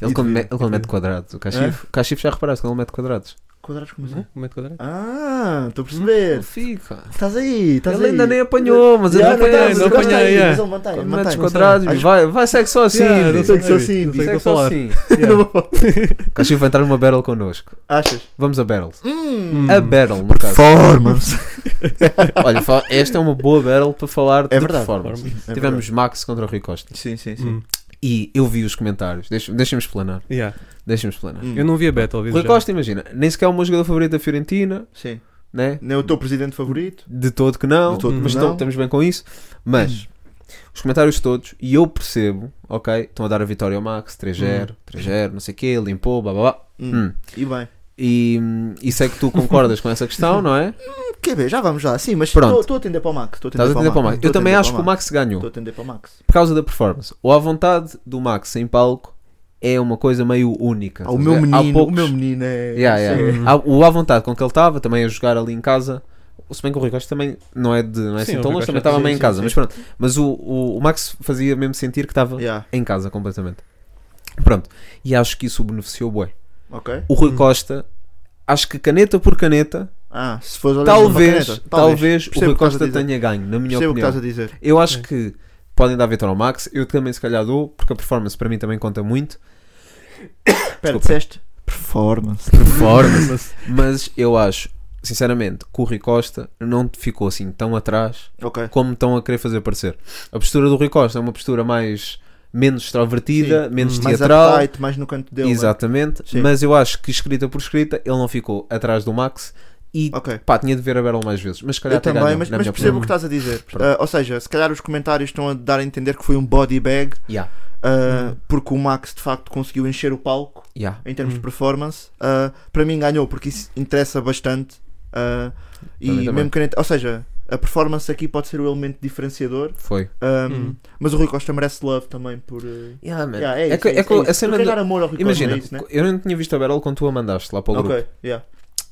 Speaker 6: Ele
Speaker 5: E
Speaker 6: quando,
Speaker 5: de
Speaker 6: me-
Speaker 5: vida.
Speaker 6: ele quando mete quadrados, o Cachif, o Cachif já reparaste quando ele mete quadrados.
Speaker 5: Quadrados como assim?
Speaker 7: Não? Como é de quadrado?
Speaker 5: Ah, estou a perceber.
Speaker 6: Ele fica.
Speaker 5: Estás aí, estás aí.
Speaker 6: Ele ainda nem apanhou, mas ele
Speaker 5: Já,
Speaker 6: não
Speaker 5: não
Speaker 6: apanha.
Speaker 5: estás,
Speaker 6: não
Speaker 5: mas
Speaker 6: apanha.
Speaker 5: está aí,
Speaker 7: yeah.
Speaker 5: mas ele mantém,
Speaker 6: Quando
Speaker 5: mantém.
Speaker 6: metes quadrados,
Speaker 5: Acho-
Speaker 6: vai, vai, segue só assim.
Speaker 7: Yeah,
Speaker 6: Bicho.
Speaker 7: não
Speaker 5: sei que sou assim,
Speaker 7: não sei o que
Speaker 6: segue
Speaker 7: estou
Speaker 6: só
Speaker 7: a falar.
Speaker 6: assim.
Speaker 7: Yeah.
Speaker 6: Cachif vai entrar numa battle connosco.
Speaker 5: Achas?
Speaker 6: Vamos a battle.
Speaker 7: Hum.
Speaker 6: A battle, no
Speaker 5: Tá.
Speaker 6: caso.
Speaker 5: Performance.
Speaker 6: Olha, fa- esta é uma boa battle para falar de
Speaker 5: verdade.
Speaker 6: performance. Tivemos Max contra o Rui Costa.
Speaker 5: Sim, sim, sim.
Speaker 7: Hum.
Speaker 6: E eu vi os comentários. Deixa- Deixa-me explanar.
Speaker 7: Yeah.
Speaker 6: Deixa-me explanar.
Speaker 5: Hum.
Speaker 7: Eu não vi a Battle, vi
Speaker 6: Rui Costa, imagina, nem sequer é o meu jogador favorito da Fiorentina,
Speaker 5: Sim.
Speaker 6: né?
Speaker 5: Não é o teu presidente favorito?
Speaker 6: De todo que não,
Speaker 5: De todo
Speaker 7: que
Speaker 6: mas
Speaker 5: não. Hum.
Speaker 6: to- estamos bem com isso. Mas os comentários todos, e eu percebo, ok, estão a dar a vitória ao Max, 3-0, 3-0, não sei o quê, limpou, blá blá blá.
Speaker 5: Hum.
Speaker 6: Hum.
Speaker 5: E bem.
Speaker 6: E, e sei que tu concordas com essa questão, não é?
Speaker 5: Quer ver? Já vamos lá. Sim, mas
Speaker 6: Pronto.
Speaker 5: estou estou a atender para o Max. Estou
Speaker 6: Estás a entender para o Max.
Speaker 5: Estou
Speaker 6: Eu
Speaker 5: a
Speaker 6: também
Speaker 5: atender
Speaker 6: acho que
Speaker 5: para
Speaker 6: o Max ganhou
Speaker 5: Estou a atender para o Max.
Speaker 6: por causa da performance. Ou à vontade do Max em palco é uma coisa meio única.
Speaker 5: Ah, o
Speaker 6: estás a
Speaker 5: meu
Speaker 6: ver? Há
Speaker 5: menino, o
Speaker 6: poucos-
Speaker 5: meu menino é.
Speaker 6: Yeah, yeah.
Speaker 5: Sim.
Speaker 6: Há- O à vontade com que ele estava, também a jogar ali em casa. Se bem que o Rui Costa também não é, de, não é
Speaker 7: Sim,
Speaker 6: assim
Speaker 7: o
Speaker 6: tão
Speaker 7: Rui
Speaker 6: longe,
Speaker 7: Costa-
Speaker 6: também estava
Speaker 5: sim,
Speaker 6: bem em
Speaker 5: sim,
Speaker 6: casa.
Speaker 5: sim.
Speaker 6: Mas pronto, mas o, o, o Max fazia mesmo sentir que estava
Speaker 5: Yeah,
Speaker 6: em casa completamente. Pronto, e acho que isso o beneficiou bué.
Speaker 5: Ok.
Speaker 6: O Rui Costa, acho que caneta por caneta,
Speaker 5: Ah, se fores olhar
Speaker 6: talvez,
Speaker 5: numa caneta,
Speaker 6: talvez, o
Speaker 5: Percebo
Speaker 6: Rui
Speaker 5: o que estás a
Speaker 6: Costa
Speaker 5: dizer.
Speaker 6: tenha ganho, na minha
Speaker 5: Percebo o que
Speaker 6: opinião.
Speaker 5: estás a dizer.
Speaker 6: Eu acho que podem dar vitória ao Max, eu também se calhar dou, porque a performance para mim também conta muito.
Speaker 5: Espera,
Speaker 6: Desculpa.
Speaker 5: disseste performance.
Speaker 6: Performance. Mas eu acho, sinceramente, que o Rui Costa não ficou assim tão atrás
Speaker 5: Ok.
Speaker 6: como estão a querer fazer parecer. A postura do Rui Costa é uma postura mais menos extrovertida, menos
Speaker 5: Mais
Speaker 6: teatral.
Speaker 5: uptight, mais no canto dele. né?
Speaker 6: Exatamente,
Speaker 5: Sim.
Speaker 6: mas eu acho que escrita por escrita ele não ficou atrás do Max e
Speaker 5: Ok.
Speaker 6: pá, tinha de ver a Battle mais vezes, mas se calhar
Speaker 5: Eu
Speaker 6: até
Speaker 5: também,
Speaker 6: ganhou,
Speaker 5: mas,
Speaker 6: na
Speaker 5: mas
Speaker 6: minha
Speaker 5: percebo o que
Speaker 6: opinião.
Speaker 5: estás a dizer.
Speaker 6: Pronto.
Speaker 5: Ah, ou seja, se calhar os comentários estão a dar a entender que foi um body bag,
Speaker 6: Yeah,
Speaker 5: ah,
Speaker 6: Hum.
Speaker 5: porque o Max de facto conseguiu encher o palco
Speaker 6: yeah.
Speaker 5: em termos
Speaker 7: Hum.
Speaker 5: de performance. Ah, para mim ganhou, porque isso interessa bastante. Ah, e
Speaker 6: Também, também.
Speaker 5: mesmo que nem- Ou seja, a performance aqui pode ser o elemento diferenciador.
Speaker 6: Foi.
Speaker 5: Ah,
Speaker 7: Hum.
Speaker 5: Mas o Rui Costa merece love também por. ah,
Speaker 6: Yeah, man.
Speaker 5: yeah,
Speaker 6: é,
Speaker 5: é, isso,
Speaker 6: que,
Speaker 5: é,
Speaker 6: é
Speaker 5: isso,
Speaker 6: que
Speaker 5: é isso.
Speaker 6: a cena
Speaker 5: Porque
Speaker 6: da-
Speaker 5: dar amor ao Rui Costa,
Speaker 6: Imagina,
Speaker 5: é isso, né?
Speaker 6: eu não tinha visto a Battle quando tu a mandaste lá para o grupo
Speaker 5: Ok, yeah.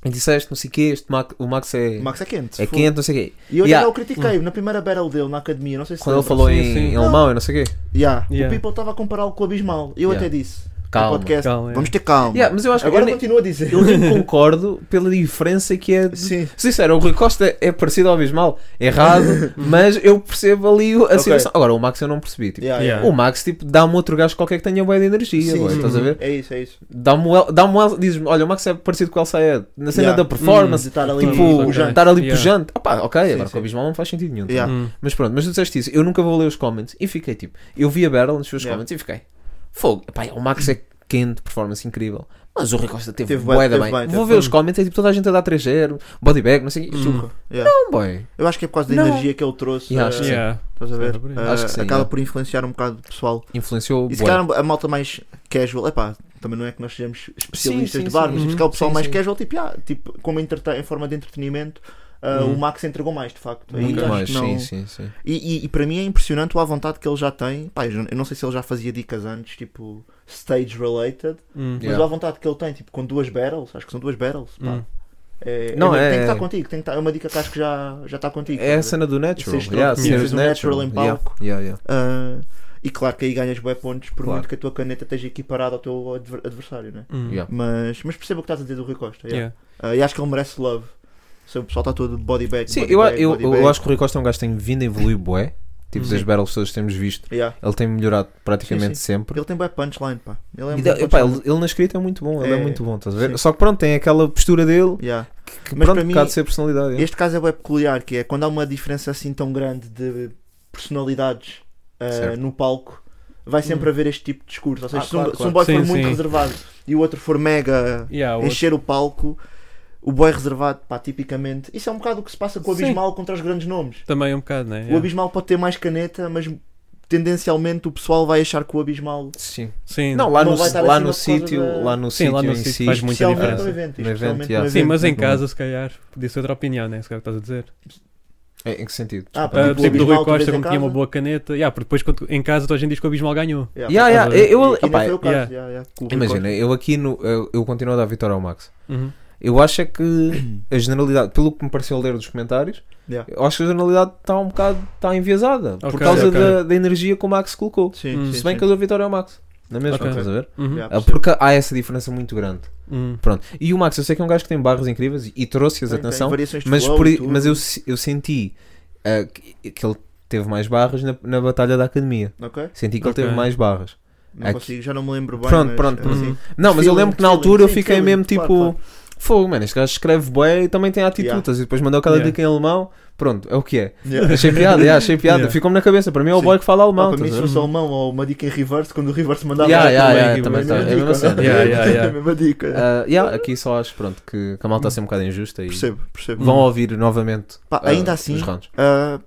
Speaker 6: e disseste não sei o que, este Max, o Max é,
Speaker 5: O Max é quente.
Speaker 6: é
Speaker 5: Fogo.
Speaker 6: quente, não sei o quê.
Speaker 5: E eu
Speaker 6: Yeah.
Speaker 5: já o critiquei na primeira battle dele na academia, não sei se
Speaker 6: Quando ele
Speaker 5: lembra.
Speaker 6: falou
Speaker 7: Sim,
Speaker 6: em,
Speaker 7: sim.
Speaker 6: em alemão e não sei o quê.
Speaker 5: Yeah,
Speaker 7: Yeah.
Speaker 5: O People estava a compará-lo com o Abismal. Eu
Speaker 6: Yeah.
Speaker 5: até disse
Speaker 6: Calma.
Speaker 5: no podcast:
Speaker 7: Calma, yeah.
Speaker 5: vamos ter calma.
Speaker 6: Yeah, mas eu acho que
Speaker 5: Agora
Speaker 6: eu nem-
Speaker 5: continua a dizer.
Speaker 6: Eu nem concordo pela diferença que é. de-
Speaker 5: Sim.
Speaker 6: Se disseram, o Rui Costa é parecido ao Abismal, errado, mas eu percebo ali o- a
Speaker 5: Ok.
Speaker 6: situação. Agora, o Max eu não percebi. Tipo,
Speaker 5: Yeah, yeah.
Speaker 6: O Max, tipo, dá-me outro gajo qualquer que tenha boa de energia,
Speaker 5: Sim,
Speaker 6: boy,
Speaker 5: sim.
Speaker 6: estás a ver?
Speaker 5: É isso, é isso.
Speaker 6: Dá-me o El, dá-me o El- diz-me, olha, o Max é parecido com o El Sayed, na cena
Speaker 5: Yeah. Hum,
Speaker 6: da performance,
Speaker 5: De estar ali
Speaker 6: tipo,
Speaker 5: o
Speaker 7: jante.
Speaker 6: estar ali
Speaker 7: Yeah.
Speaker 6: pujante. Ah pá, ok, agora
Speaker 5: sim.
Speaker 6: com o Abismal não faz sentido nenhum. tá?
Speaker 5: Yeah.
Speaker 7: Hum.
Speaker 6: Mas pronto, mas tu disseste isso, eu nunca vou ler os comments e fiquei tipo, eu vi a Battle nos seus
Speaker 5: Yeah.
Speaker 6: comments e fiquei, fogo, pá, o Max é quente, performance incrível. Mas o Rui Costa teve,
Speaker 5: Teve
Speaker 6: bué
Speaker 5: bué,
Speaker 6: da
Speaker 5: teve
Speaker 6: bem.
Speaker 5: bem, Hum.
Speaker 6: Vou
Speaker 5: teve
Speaker 6: ver os comments, é tipo toda a gente a dar 3-0, body bag, não sei o quê.
Speaker 7: hum,
Speaker 6: Tipo,
Speaker 5: Yeah.
Speaker 6: Não, boy.
Speaker 5: Eu acho que é por causa da
Speaker 6: Não.
Speaker 5: energia que ele trouxe.
Speaker 6: Yeah, acho que
Speaker 5: eh,
Speaker 6: sim.
Speaker 7: Yeah.
Speaker 5: Estás a ver?
Speaker 7: Sim.
Speaker 5: Eh,
Speaker 6: Acho que sim,
Speaker 5: acaba
Speaker 6: yeah.
Speaker 5: por influenciar um bocado o pessoal.
Speaker 6: Influenciou
Speaker 5: E se
Speaker 6: bué.
Speaker 5: calhar a malta mais casual, epá, também não é que nós sejamos especialistas
Speaker 6: sim,
Speaker 5: de bar,
Speaker 6: sim.
Speaker 5: mas
Speaker 7: Uhum.
Speaker 5: se calhar o pessoal
Speaker 6: Sim,
Speaker 5: mais
Speaker 6: sim.
Speaker 5: casual, tipo, ah, tipo como entrete- em forma de entretenimento, eh,
Speaker 7: Uhum.
Speaker 5: o Max entregou mais, de facto. Aí
Speaker 6: Muito
Speaker 5: acho
Speaker 6: mais,
Speaker 5: que não-
Speaker 6: sim, sim, sim.
Speaker 5: E, e- e para mim é impressionante a vontade que ele já tem. Pá, eu não- eu não sei se ele já fazia dicas antes, tipo stage related,
Speaker 7: Hum.
Speaker 5: mas
Speaker 6: Yeah.
Speaker 5: a vontade que ele tem, tipo com duas battles, acho que são duas battles. Pá.
Speaker 7: Hum.
Speaker 5: É,
Speaker 6: Não,
Speaker 5: é-
Speaker 6: é-
Speaker 5: tem que estar contigo, tem que estar, é uma dica que acho que já, já está contigo.
Speaker 6: É a
Speaker 5: estás a ver?
Speaker 6: cena do natural.
Speaker 5: Seres
Speaker 6: Yeah,
Speaker 5: tu-
Speaker 6: seres
Speaker 5: seres um natural em
Speaker 6: Yeah,
Speaker 5: palco.
Speaker 6: yeah, yeah.
Speaker 5: Ah, e claro que aí ganhas bué pontos por
Speaker 6: Claro.
Speaker 5: muito que a tua caneta esteja equiparada ao teu adver- adversário, né?
Speaker 7: Hum.
Speaker 6: Yeah.
Speaker 5: Mas, mas perceba o que estás a dizer do Rui Costa. yeah.
Speaker 7: Yeah.
Speaker 5: Ah, e acho que ele merece love. Se o pessoal está todo body bag.
Speaker 6: Sim,
Speaker 5: body
Speaker 6: eu,
Speaker 5: bag,
Speaker 6: eu,
Speaker 5: body
Speaker 6: eu,
Speaker 5: bag.
Speaker 6: eu acho que o Rui Costa é um gajo que tem vindo a evoluir bué. Tipo,
Speaker 7: Uhum.
Speaker 6: das battles todas que temos visto,
Speaker 5: Yeah.
Speaker 6: ele tem melhorado praticamente
Speaker 5: Sim,
Speaker 6: sempre.
Speaker 5: Ele tem bué punchline, pá. Ele é
Speaker 6: E
Speaker 5: um
Speaker 6: dá-
Speaker 5: bom
Speaker 6: epá, ele,
Speaker 5: punchline.
Speaker 6: ele na escrita é muito bom, ele é,
Speaker 5: É,
Speaker 6: muito bom, estás a ver?
Speaker 5: sim.
Speaker 6: Só que pronto, tem aquela postura dele
Speaker 5: Yeah.
Speaker 6: que
Speaker 5: Mas
Speaker 6: pronto,
Speaker 5: para mim,
Speaker 6: cá de ser personalidade.
Speaker 5: Este caso é bem peculiar, que é quando há uma diferença assim tão grande de personalidades ah,
Speaker 6: Certo.
Speaker 5: no palco, vai sempre haver este tipo de discurso. Ou seja,
Speaker 6: Ah,
Speaker 5: se, um,
Speaker 6: claro,
Speaker 5: se
Speaker 6: claro.
Speaker 5: um boy
Speaker 7: Sim,
Speaker 5: for muito
Speaker 7: sim.
Speaker 5: reservado e o outro for mega
Speaker 7: Yeah, o
Speaker 5: encher o palco, o boy reservado, pá, tipicamente, isso é um bocado o que se passa com o
Speaker 7: Sim.
Speaker 5: Abismal contra os grandes nomes.
Speaker 7: outro Também é um bocado, né?
Speaker 5: O
Speaker 7: Yeah.
Speaker 5: Abismal pode ter mais caneta, mas tendencialmente o pessoal vai achar que o Abismal
Speaker 6: Sim.
Speaker 7: Sim,
Speaker 6: Não, lá
Speaker 5: Não
Speaker 6: no,
Speaker 5: vai estar
Speaker 6: lá
Speaker 5: acima
Speaker 6: no
Speaker 5: por causa
Speaker 6: sítio,
Speaker 5: da-
Speaker 6: lá no
Speaker 7: Sim,
Speaker 6: sítio
Speaker 7: lá no
Speaker 6: em
Speaker 7: sítio
Speaker 6: si,
Speaker 7: faz muita
Speaker 6: especialmente
Speaker 7: diferença.
Speaker 5: no evento,
Speaker 6: No
Speaker 5: especialmente
Speaker 6: evento, yeah.
Speaker 5: no
Speaker 7: sim, mas em
Speaker 6: Não.
Speaker 7: casa, se calhar, podia ser outra opinião, né? Se calhar estás a dizer.
Speaker 6: Em, em que sentido?
Speaker 5: Ah, Tipo,
Speaker 6: Desculpa.
Speaker 7: Ah,
Speaker 5: o
Speaker 7: Por exemplo, do
Speaker 5: Abismal,
Speaker 7: Rui
Speaker 5: tu vês
Speaker 7: Costa,
Speaker 5: em
Speaker 7: como tinha uma
Speaker 5: casa?
Speaker 7: boa caneta. Yeah, porque depois quando, em casa toda a gente diz que o um. Abismal ganhou.
Speaker 5: Yeah,
Speaker 6: Yeah, yeah,
Speaker 7: causa-
Speaker 6: eu-
Speaker 5: E aqui não
Speaker 6: opá,
Speaker 5: foi o caso,
Speaker 7: yeah.
Speaker 5: yeah, yeah, com o Rui
Speaker 6: Imagina, eu aqui no, eu, eu continuo a dar vitória ao Max.
Speaker 7: Uhum.
Speaker 6: Eu acho é que a generalidade, pelo que me pareceu ler dos comentários,
Speaker 5: Yeah.
Speaker 6: eu acho que a generalidade está um bocado está enviesada por
Speaker 7: Ok,
Speaker 6: causa
Speaker 7: ok.
Speaker 6: Da, da energia que o Max colocou.
Speaker 5: Costa. Sim,
Speaker 7: Hum.
Speaker 5: sim,
Speaker 6: Se bem
Speaker 5: sim.
Speaker 6: que eu dou vitória ao Max, não é mesmo?
Speaker 7: Ok.
Speaker 6: Estás a ver?
Speaker 7: Uhum.
Speaker 5: Yeah,
Speaker 6: Ah,
Speaker 5: percebo.
Speaker 6: Porque há essa diferença muito grande.
Speaker 7: Uhum.
Speaker 6: Pronto. E o Max, eu sei que é um gajo que tem barras incríveis e trouxe-as,
Speaker 5: Tem- tem
Speaker 6: atenção,
Speaker 5: variações de
Speaker 6: mas,
Speaker 5: flow
Speaker 6: por
Speaker 5: e
Speaker 6: i-
Speaker 5: tudo.
Speaker 6: mas eu, se- eu senti ah, que, que ele teve mais barras na, na batalha da academia.
Speaker 5: Ok?
Speaker 6: Senti que
Speaker 7: Ok.
Speaker 6: ele teve mais barras.
Speaker 5: Não
Speaker 6: Aqui-
Speaker 5: consigo, já não me lembro bem.
Speaker 6: É Pronto,
Speaker 5: mas,
Speaker 6: pronto, uhum.
Speaker 5: é,
Speaker 6: pronto.
Speaker 5: sim.
Speaker 6: Não, mas eu
Speaker 5: Feeling,
Speaker 6: lembro que na
Speaker 5: feeling,
Speaker 6: altura eu
Speaker 5: sim,
Speaker 6: fiquei
Speaker 5: feeling,
Speaker 6: mesmo
Speaker 5: claro,
Speaker 6: tipo.
Speaker 5: claro.
Speaker 6: Fogo, mano, este gajo escreve bué e também tem atitudes.
Speaker 5: Yeah.
Speaker 6: E depois mandou aquela
Speaker 7: Yeah.
Speaker 6: dica em é alemão. Pronto, é o que é.
Speaker 5: Yeah.
Speaker 6: Achei piada, yeah, achei piada.
Speaker 7: Yeah.
Speaker 6: Ficou-me na cabeça. Para mim é o
Speaker 5: Sim.
Speaker 6: boy que fala
Speaker 5: Ou
Speaker 6: alemão.
Speaker 5: para mim,
Speaker 6: estás a
Speaker 5: se
Speaker 6: ver?
Speaker 5: fosse alemão ou uma dica em reverse, quando o reverse mandava.
Speaker 6: uhum. Yeah,
Speaker 5: era
Speaker 6: yeah,
Speaker 5: também,
Speaker 6: yeah,
Speaker 5: tipo,
Speaker 6: também
Speaker 5: a mesma
Speaker 6: tá. É a mesma
Speaker 5: dica,
Speaker 6: cena.
Speaker 5: não é?
Speaker 7: Yeah, yeah, yeah.
Speaker 5: A mesma dica.
Speaker 6: Ah, yeah, aqui só acho pronto, que, que a malta está a ser um bocado injusta e
Speaker 5: é- Hum. Percebo, percebo.
Speaker 6: vão ouvir novamente
Speaker 5: Pá,
Speaker 6: ah,
Speaker 5: ainda assim,
Speaker 6: os rounds.
Speaker 5: ah,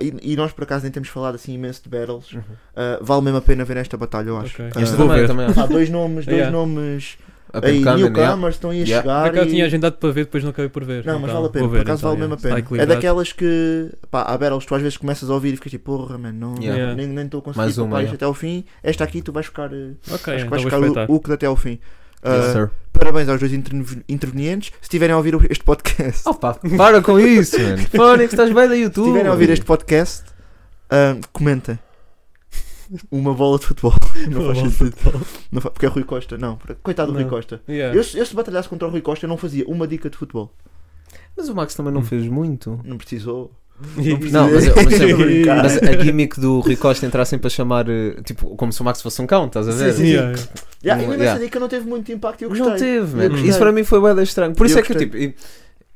Speaker 5: e, e nós por acaso nem temos falado assim imenso de battles.
Speaker 6: Uhum.
Speaker 5: Ah, vale mesmo a pena ver esta batalha, eu acho.
Speaker 7: Ok.
Speaker 5: Ah,
Speaker 6: Esta
Speaker 7: vou
Speaker 6: também,
Speaker 7: ver.
Speaker 6: também
Speaker 5: há dois nomes, dois
Speaker 7: Yeah.
Speaker 5: nomes.
Speaker 6: A
Speaker 5: Aí,
Speaker 6: Pimp Cameron, yeah.
Speaker 5: newcomers estão aí a
Speaker 6: Yeah.
Speaker 7: Por
Speaker 5: chegar.
Speaker 7: acaso tinha
Speaker 5: e-
Speaker 7: agendado para ver, depois não acabei por ver.
Speaker 5: Não, mas
Speaker 7: Então,
Speaker 5: vale a pena,
Speaker 7: vou
Speaker 5: por
Speaker 7: ver,
Speaker 5: acaso
Speaker 7: então,
Speaker 5: vale mesmo
Speaker 7: yeah.
Speaker 5: a pena.
Speaker 7: Está
Speaker 5: É
Speaker 7: equilibrado.
Speaker 5: daquelas que, pá, há battles que tu às vezes começas a ouvir e ficas tipo, porra, mano, não,
Speaker 6: Yeah.
Speaker 5: nem nem estou a conseguir
Speaker 6: Mais uma,
Speaker 5: tocar isto
Speaker 6: yeah.
Speaker 5: até ao fim. Esta aqui tu vais ficar, eh,
Speaker 7: Ok,
Speaker 5: acho que
Speaker 7: então
Speaker 5: vais
Speaker 7: vou
Speaker 5: ficar
Speaker 7: espreitar.
Speaker 5: o, o que até ao fim.
Speaker 6: Yes,
Speaker 5: Ah,
Speaker 6: sir.
Speaker 5: parabéns aos dois interve- intervenientes. Se estiverem a ouvir este podcast,
Speaker 6: Opa, para com isso, mano. Fónix, estás bem da
Speaker 5: se
Speaker 6: YouTube.
Speaker 5: estiverem a ouvir este podcast, ah, comentem. Uma bola de futebol. Não faz sentido. Não fa- Porque é Rui Costa. Não, por- coitado do Rui
Speaker 7: Não. É.
Speaker 5: Costa.
Speaker 7: Yeah.
Speaker 5: Eu, se- eu se batalhasse contra o Rui Costa, eu não fazia uma dica de futebol.
Speaker 6: Mas o Max também não fez muito.
Speaker 5: Não precisou.
Speaker 6: Não, mas, eu- mas, eu-
Speaker 5: Estou a brincar.
Speaker 6: mas a gimmick do Rui Costa entrar sempre a chamar, eh, tipo, como se o Max fosse um cão, estás a ver?
Speaker 5: Sim,
Speaker 7: Yeah,
Speaker 5: Yeah, e
Speaker 6: Não-
Speaker 5: mesmo
Speaker 6: yeah.
Speaker 5: essa dica não teve muito impacto e eu gostei.
Speaker 6: Não teve,
Speaker 5: Eu
Speaker 6: mano.
Speaker 5: gostei.
Speaker 6: Isso para mim foi bem estranho. Por isso
Speaker 5: Eu
Speaker 6: é que eu, tipo, e-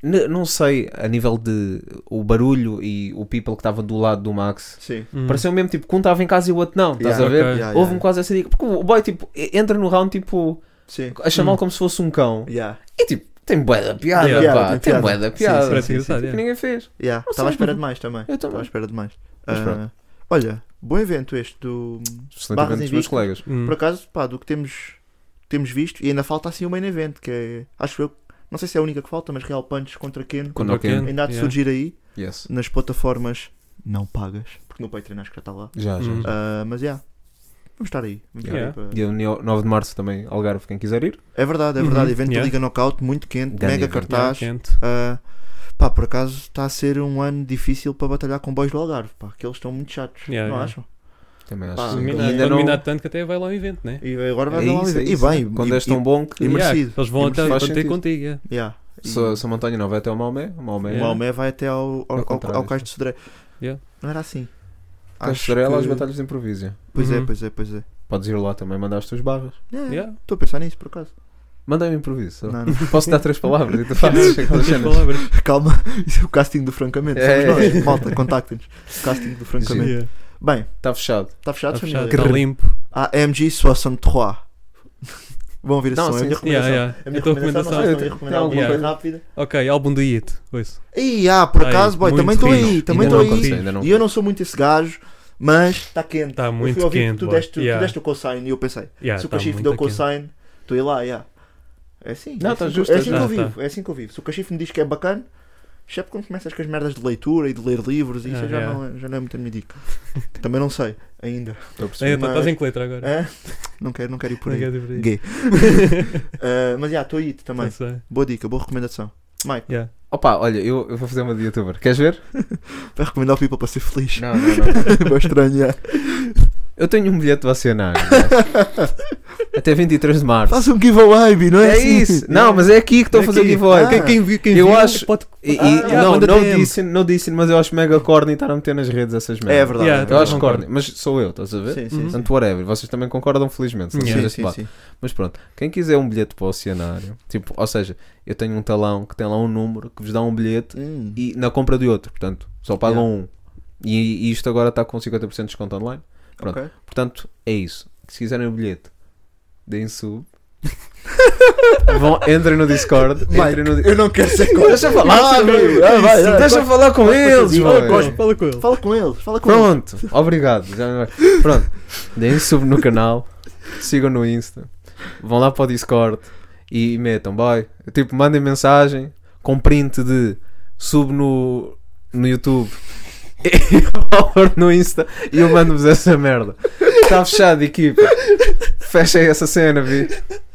Speaker 6: n- não sei, a nível de o barulho e o people que estava do lado do Max,
Speaker 5: Sim.
Speaker 7: Hum.
Speaker 6: pareceu mesmo tipo que um estava em casa e o outro não, estás
Speaker 5: Yeah,
Speaker 6: a ver? um
Speaker 7: ok.
Speaker 5: Yeah,
Speaker 6: Houve-me
Speaker 5: yeah.
Speaker 6: quase essa dica. Porque o boy, tipo, e- entra no round, tipo,
Speaker 5: Sim.
Speaker 6: a chamá-lo
Speaker 7: Hum.
Speaker 6: como se fosse um cão.
Speaker 5: Yeah.
Speaker 6: E tipo, tem bué da piada,
Speaker 7: Yeah.
Speaker 6: pá.
Speaker 5: Piada, tem
Speaker 6: tem
Speaker 5: piada.
Speaker 6: bué da
Speaker 5: Sim,
Speaker 6: piada.
Speaker 5: sim,
Speaker 7: Parece
Speaker 5: sim,
Speaker 7: engraçado,
Speaker 6: Que
Speaker 7: yeah.
Speaker 6: ninguém fez.
Speaker 5: Yeah.
Speaker 6: Não
Speaker 5: Estava à
Speaker 6: sei,
Speaker 5: espera
Speaker 6: mas-
Speaker 5: de mais também.
Speaker 6: Eu
Speaker 5: Estava à
Speaker 6: também.
Speaker 5: espera de mais.
Speaker 6: Mas
Speaker 5: Ah,
Speaker 6: pronto. Uhum.
Speaker 5: olha, bom evento este do. Barras
Speaker 6: Excelentemente dos meus
Speaker 5: invictas.
Speaker 6: colegas.
Speaker 7: Hum.
Speaker 5: Por acaso, pá, do que temos, temos visto, e ainda falta assim o main event, que é. Acho eu. Não sei se é a única que falta, mas Real Punch contra Ken.
Speaker 6: Quando
Speaker 7: Contra
Speaker 6: alguém.
Speaker 7: quem?
Speaker 5: Ainda há de
Speaker 7: Yeah.
Speaker 5: surgir aí
Speaker 6: Yes.
Speaker 5: nas plataformas não pagas, porque no Patreon acho que já está lá.
Speaker 6: Já, já.
Speaker 7: Hum.
Speaker 6: já.
Speaker 5: Ah, mas yeah. Vamos estar aí. Vamos estar
Speaker 7: Yeah.
Speaker 5: aí para-
Speaker 6: Dia 9 de março também, Algarve, quem quiser ir.
Speaker 5: É verdade, é verdade.
Speaker 7: Uhum.
Speaker 5: Evento
Speaker 7: Yeah.
Speaker 5: da Liga Knockout, muito quente,
Speaker 6: Grande
Speaker 5: mega
Speaker 6: evento.
Speaker 5: cartaz.
Speaker 7: Quente.
Speaker 5: Uh, pá, por acaso está a ser um ano difícil para batalhar com boys do Algarve, pá, que eles estão muito chatos,
Speaker 7: Yeah,
Speaker 5: não
Speaker 7: yeah.
Speaker 5: acham?
Speaker 6: Também
Speaker 5: Pá,
Speaker 6: acho. que
Speaker 7: Dominar,
Speaker 6: ainda não.
Speaker 7: dominar tanto que até vai lá um evento, né?
Speaker 5: E agora vai
Speaker 6: É
Speaker 5: dar um
Speaker 6: isso, é
Speaker 5: evento. E
Speaker 6: isso.
Speaker 5: bem,
Speaker 6: Quando
Speaker 5: e,
Speaker 6: és tão bom que.
Speaker 5: e merecido.
Speaker 7: eles vão
Speaker 5: E
Speaker 7: até,
Speaker 6: merecido.
Speaker 7: até
Speaker 6: Faz
Speaker 7: contigo. yeah.
Speaker 5: e- yeah. E
Speaker 6: Se, se a montanha não vai até o Maomé, o Maomé.
Speaker 5: o
Speaker 7: Yeah.
Speaker 5: Maomé vai até ao, ao,
Speaker 6: É. Ao
Speaker 5: ao,
Speaker 6: contrário.
Speaker 5: ao Cais de Sodré.
Speaker 7: Yeah.
Speaker 5: Não era assim.
Speaker 6: Acho
Speaker 5: Acho
Speaker 6: Estrela
Speaker 5: que-
Speaker 6: às é batalhas de improviso.
Speaker 5: Pois é,
Speaker 7: Uhum.
Speaker 5: pois é, pois é.
Speaker 6: Podes ir lá também mandar as tuas barras.
Speaker 5: Estou
Speaker 7: Yeah.
Speaker 5: a pensar nisso por acaso.
Speaker 6: Manda-me improviso.
Speaker 5: Não, não.
Speaker 6: Posso dar três palavras e tu fazes aquelas
Speaker 7: Outras
Speaker 6: cenas.
Speaker 7: palavras.
Speaker 5: Calma, isso é o casting do Francamente.
Speaker 6: É,
Speaker 5: Somos
Speaker 6: é.
Speaker 5: nós, malta, contactem-nos. Casting do Francamente.
Speaker 7: Yeah.
Speaker 5: Bem,
Speaker 6: Está fechado.
Speaker 5: está
Speaker 7: Tá
Speaker 5: fechado,
Speaker 7: fechado,
Speaker 5: família? Ah,
Speaker 7: tá limpo.
Speaker 5: AMG 63. Vão ouvir a som,
Speaker 6: Não,
Speaker 5: é a
Speaker 6: sim,
Speaker 5: minha
Speaker 6: sim.
Speaker 7: Yeah,
Speaker 5: recomendação.
Speaker 7: yeah.
Speaker 5: A minha
Speaker 7: Então,
Speaker 5: recomendação, não sei se não ia recomendar
Speaker 6: Tem
Speaker 5: alguma
Speaker 7: alguma
Speaker 5: coisa rápida.
Speaker 7: Ok, álbum do It. Ouço.
Speaker 5: E ah, por
Speaker 7: Ai,
Speaker 5: acaso, boy,
Speaker 7: muito
Speaker 5: também estou
Speaker 7: fixe.
Speaker 5: aí, também
Speaker 6: ainda
Speaker 5: estou
Speaker 6: não
Speaker 5: aí.
Speaker 6: aconteceu, ainda não
Speaker 5: E eu não sou muito esse gajo, mas está quente.
Speaker 7: Está
Speaker 5: eu fui
Speaker 7: Tá muito
Speaker 5: ouvir que
Speaker 7: quente.
Speaker 5: tu
Speaker 7: boy.
Speaker 5: deste, tu
Speaker 7: Yeah.
Speaker 5: deste o cosign e eu pensei,
Speaker 7: Yeah,
Speaker 5: se o
Speaker 7: tá
Speaker 5: Cachifo
Speaker 7: muito
Speaker 5: deu o
Speaker 7: quente.
Speaker 5: cosign, estou aí lá, yeah. É assim,
Speaker 6: Não,
Speaker 5: é
Speaker 6: tá
Speaker 5: assim, que-
Speaker 6: justo,
Speaker 5: é assim
Speaker 7: tá
Speaker 5: que eu
Speaker 7: justo.
Speaker 5: vivo, é assim que eu vivo. Se o Cachifo me diz que é bacana, excepto quando começas com as merdas de leitura e de ler livros, isso
Speaker 7: Yeah,
Speaker 5: eu já,
Speaker 7: yeah.
Speaker 5: Não, é- já não é muito a minha dica. também não sei, ainda.
Speaker 6: Estou a perceber.
Speaker 7: Ainda
Speaker 5: mas-
Speaker 7: Estás em letra agora.
Speaker 5: Hã? Não quero, não quero ir por aí.
Speaker 7: Obrigado por aí.
Speaker 5: Gay. Ah, mas já, estou aí também.
Speaker 7: Não sei.
Speaker 5: Boa dica, boa recomendação. Mike,
Speaker 7: Yeah.
Speaker 6: Opa, olha, eu, eu vou fazer uma de youtuber. Queres ver?
Speaker 5: vai recomendar o People para ser feliz.
Speaker 6: Não, não, não.
Speaker 5: Vai estranhar.
Speaker 6: Eu tenho um bilhete vacinado. Até 23 de março.
Speaker 5: Faça um giveaway, B, não é,
Speaker 6: É
Speaker 5: assim?
Speaker 6: isso. Não, mas é aqui que estou a fazer
Speaker 5: aqui.
Speaker 6: giveaway.
Speaker 5: Ah. Quem- quem
Speaker 6: viu, quem eu
Speaker 7: viu,
Speaker 6: acho.
Speaker 7: pode-
Speaker 6: e- e-
Speaker 7: Ah,
Speaker 6: não,
Speaker 7: manda
Speaker 6: não
Speaker 7: DM.
Speaker 6: disse, não disse, mas eu acho mega corny estar a meter nas redes essas merdas.
Speaker 5: É verdade.
Speaker 7: Yeah,
Speaker 5: é
Speaker 6: Eu
Speaker 5: verdade.
Speaker 6: acho corny, mas sou eu, estás a ver?
Speaker 5: Sim, sim, sim.
Speaker 7: Uhum.
Speaker 6: Portanto, whatever. Vocês também concordam, felizmente. se não
Speaker 7: Sim,
Speaker 6: tiver
Speaker 5: Sim,
Speaker 6: este
Speaker 5: sim,
Speaker 6: debate.
Speaker 5: sim.
Speaker 6: Mas pronto, quem quiser um bilhete para o Oceanário, tipo, ou seja, eu tenho um talão que tem lá um número que vos dá um bilhete
Speaker 5: Hum.
Speaker 6: e na compra de outro, portanto, só pagam um. E, e isto agora está com 50% de desconto online. Pronto.
Speaker 5: Ok.
Speaker 6: Portanto, é isso. Se quiserem o bilhete, deem sub, Vão, entrem no Discord. Entrem no...
Speaker 5: eu não quero ser
Speaker 6: Deixa eu falar,
Speaker 5: Ah,
Speaker 6: amigo.
Speaker 5: amigo,
Speaker 6: Ah, vai,
Speaker 5: isso,
Speaker 6: Deixa eu
Speaker 5: gosto-
Speaker 6: falar com
Speaker 5: gosto
Speaker 6: eles,
Speaker 5: de-
Speaker 6: mano.
Speaker 5: gosto-
Speaker 7: Fala com ele.
Speaker 5: Fala com ele, fala com ele.
Speaker 6: Pronto, obrigado. Já não vai. Pronto, deem um sub no canal, sigam no Insta, vão lá para o Discord e metam, boy. Tipo, mandem mensagem com print de sub no, no YouTube e follower no Insta Tá e eu mando-vos essa merda. Está fechado, equipa. Fechem essa cena, vi.